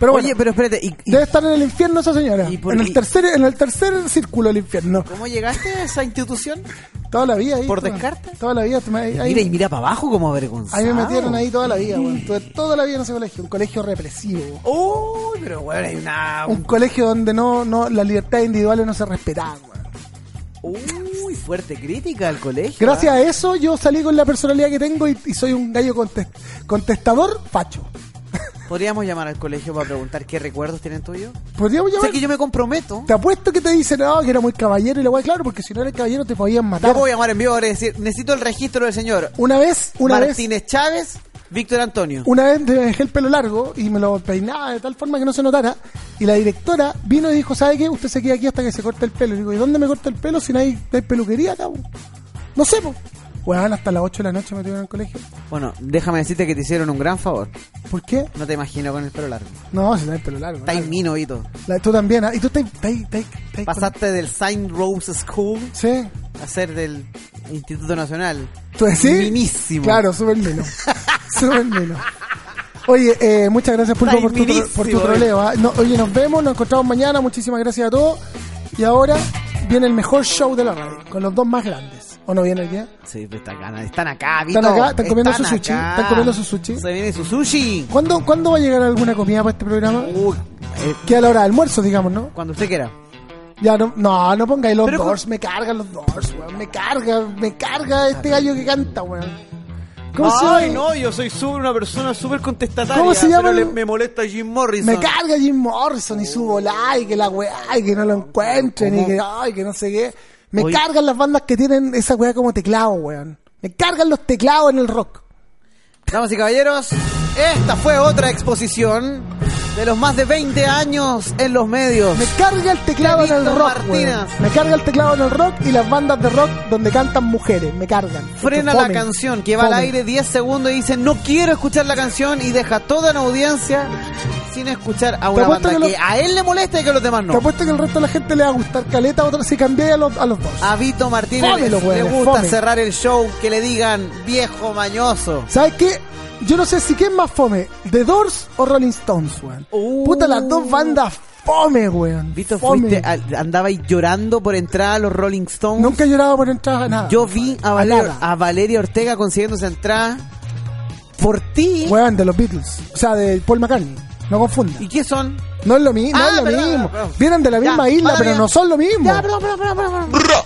Speaker 3: Pero bueno,
Speaker 4: Oye, pero espérate, ¿y, y
Speaker 3: debe estar en el infierno esa señora.
Speaker 4: por-
Speaker 3: En el,
Speaker 4: y-
Speaker 3: tercer, en el tercer círculo del infierno.
Speaker 4: cómo llegaste a esa institución?
Speaker 3: Toda la vida ahí.
Speaker 4: ¿Por
Speaker 3: weón.
Speaker 4: descarte?
Speaker 3: Toda la vida. me- Ahí, ahí-
Speaker 4: Mira, y mira para abajo como avergonzado.
Speaker 3: ahí me metieron ahí toda la vida, weón. Estuve toda la vida en ese colegio. Un colegio represivo. weón.
Speaker 4: Uy, pero weón, hay una...
Speaker 3: Un colegio donde no, no las libertades individuales no se respetaban, weón.
Speaker 4: Uy, fuerte crítica al colegio.
Speaker 3: Gracias a eso yo salí con la personalidad que tengo y, y soy un gallo contes- contestador facho.
Speaker 4: ¿ah? Podríamos llamar al colegio para preguntar qué recuerdos tienen tuyos.
Speaker 3: Podríamos llamar.
Speaker 4: Sé que yo me comprometo.
Speaker 3: Te apuesto que te dicen, no, que era muy caballero y la weá, claro, porque si no eres caballero te podían
Speaker 4: Yo
Speaker 3: matar.
Speaker 4: voy a llamar en vivo ahora y decir, necesito el registro del señor
Speaker 3: Una vez, una vez,
Speaker 4: Martínez Chávez, Víctor Antonio.
Speaker 3: una vez me dejé el pelo largo y me lo peinaba de tal forma que no se notara. Y la directora vino y dijo, ¿sabe qué? Usted se queda aquí hasta que se corte el pelo. Y digo, ¿y dónde me corto el pelo si no hay, no hay peluquería acá? weón?". No sé, po. Weón, hasta las 8 de la noche me tuvieron en el colegio.
Speaker 4: Bueno, déjame decirte que te hicieron un gran favor.
Speaker 3: ¿Por qué?
Speaker 4: No te imagino con el pelo largo.
Speaker 3: No, si no hay pelo largo.
Speaker 4: Está
Speaker 3: claro.
Speaker 4: mino, Vito.
Speaker 3: La- tú también, ¿ah? Y tú estás- estás- estás- estás-
Speaker 4: Pasaste del Saint Rose School
Speaker 3: Sí.
Speaker 4: a ser del Instituto Nacional.
Speaker 3: ¿Tú decís?
Speaker 4: Minísimo.
Speaker 3: Pues, Claro, súper menos. súper menos. Oye, eh, muchas gracias Pulpo
Speaker 4: Estáis
Speaker 3: por tu, tro-
Speaker 4: minísimo,
Speaker 3: por tu
Speaker 4: eh.
Speaker 3: troleo. ¿ah? No, oye, nos vemos, nos encontramos mañana. Muchísimas gracias a todos. Y ahora viene el mejor show de la radio, con los dos más grandes. ¿O no viene el día?
Speaker 4: Sí, pero están acá, están acá, Vito.
Speaker 3: ¿Están acá? ¿Están comiendo
Speaker 4: Están
Speaker 3: su sushi?
Speaker 4: acá.
Speaker 3: ¿Están comiendo su sushi?
Speaker 4: Se viene su sushi.
Speaker 3: ¿Cuándo, ¿Cuándo va a llegar alguna comida para este programa?
Speaker 4: Uy, eh,
Speaker 3: Que a la hora de almuerzo, digamos, ¿no?
Speaker 4: cuando usted quiera.
Speaker 3: Ya no, no, no pongáis los
Speaker 4: Pero con-
Speaker 3: doors, me cargan los doors, weón, me carga, me carga este gallo que canta, weón. ¿Cómo se
Speaker 7: Ay,
Speaker 3: llama?
Speaker 7: no, yo soy súper- una persona súper contestataria.
Speaker 3: ¿Cómo se llama
Speaker 7: pero
Speaker 3: el-
Speaker 7: le- me molesta Jim Morrison.
Speaker 3: Me carga Jim Morrison y
Speaker 4: Oh.
Speaker 3: su volá y que la weá y que no lo encuentren y que ay que no sé qué. Me
Speaker 4: Oye.
Speaker 3: cargan las bandas que tienen esa weá como teclado, weón. Me cargan los teclados en el rock.
Speaker 4: Damas y caballeros, esta fue otra exposición de los más de 20 años en los medios.
Speaker 3: Me carga el teclado en el
Speaker 4: Clarito
Speaker 3: rock, weón.
Speaker 4: Martínez.
Speaker 3: Me carga el teclado en el rock y las bandas de rock donde cantan mujeres. Me cargan.
Speaker 4: Frena
Speaker 3: Porque
Speaker 4: la
Speaker 3: fome.
Speaker 4: canción que va al
Speaker 3: Fome.
Speaker 4: aire 10 segundos y dice no quiero escuchar la canción y deja toda la audiencia sin escuchar a una
Speaker 3: apuesto
Speaker 4: banda que,
Speaker 3: que lo-
Speaker 4: a él le molesta y que a los demás
Speaker 3: Te
Speaker 4: no.
Speaker 3: apuesto que el resto de la gente le va a gustar caleta otra si cambiáis a los, a los dos.
Speaker 4: A Vito Martínez
Speaker 3: Fome los
Speaker 4: le
Speaker 3: hueones,
Speaker 4: gusta
Speaker 3: fome.
Speaker 4: cerrar el show que le digan viejo mañoso.
Speaker 3: ¿Sabes qué? Yo no sé si quién más fome, The Doors o Rolling Stones, weón.
Speaker 4: Uh.
Speaker 3: Puta, las dos bandas fome, weón.
Speaker 4: Vito,
Speaker 3: Fome.
Speaker 4: fuiste, al- andabais llorando por entrar a los Rolling Stones.
Speaker 3: Nunca he llorado por entrar a nada.
Speaker 4: Yo vi a,
Speaker 3: A
Speaker 4: Valer-
Speaker 3: nada.
Speaker 4: a Valeria Ortega consiguiéndose entrada por ti.
Speaker 3: Weón, de los Beatles. O sea, de Paul McCartney. No confunda.
Speaker 4: ¿Y qué son?
Speaker 3: No es lo, mi- no
Speaker 4: Ah,
Speaker 3: es lo
Speaker 4: perdón,
Speaker 3: mismo.
Speaker 4: perdón.
Speaker 3: Vienen de la
Speaker 4: Ya,
Speaker 3: misma isla,
Speaker 4: mala
Speaker 3: pero
Speaker 4: mía.
Speaker 3: no son lo mismo.
Speaker 4: Ya, perdón, perdón, perdón, perdón. perdón.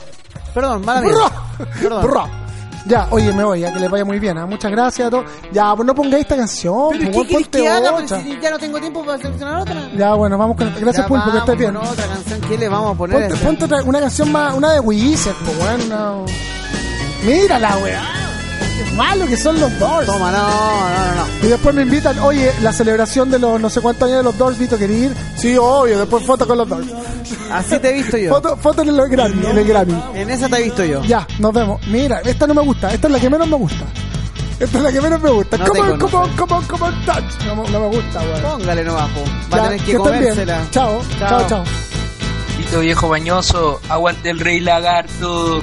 Speaker 4: Perdón, mala mía.
Speaker 3: Burro.
Speaker 4: Perdón.
Speaker 3: Burro. Ya, oye, me voy, ya que les vaya muy bien. ¿ah? Muchas gracias a todos. Ya, pues no pongáis esta canción. pues,
Speaker 4: ¿Pero qué querés
Speaker 3: ponte
Speaker 4: que haga? Pues,
Speaker 3: otra.
Speaker 4: si ya no tengo tiempo para seleccionar otra.
Speaker 3: Ya, bueno, vamos con. Gracias,
Speaker 4: Ya
Speaker 3: Pulpo, que estés
Speaker 4: vamos
Speaker 3: bien.
Speaker 4: con otra canción. ¿Qué le vamos a poner?
Speaker 3: Ponte,
Speaker 4: a esta?
Speaker 3: ponte otra- una canción más, una de Wizard, pues, weón. no. Mírala, weón. Qué malo que son los Doors.
Speaker 4: Toma, no, no, no, no.
Speaker 3: Y después me invitan, oye, la celebración de los no sé cuántos años de los Doors, Vito, ¿querés ir? Sí, obvio, después foto con los Doors.
Speaker 4: Así te he visto yo.
Speaker 3: Foto, foto en el Grammy, en el Grammy.
Speaker 4: En esa te he visto yo.
Speaker 3: Ya, nos vemos. Mira, esta no me gusta, esta es la que menos me gusta. Esta es la que menos me gusta.
Speaker 4: No
Speaker 3: come
Speaker 4: te
Speaker 3: on,
Speaker 4: conoce.
Speaker 3: come on, come on, come on, touch. No, me- no me gusta, weón.
Speaker 4: Póngale no bajo.
Speaker 3: Ya,
Speaker 4: Va a tener que,
Speaker 3: estén bien.
Speaker 4: comérsela.
Speaker 3: Chao, chao, chao.
Speaker 2: Maldito viejo bañoso, aguante el rey lagarto.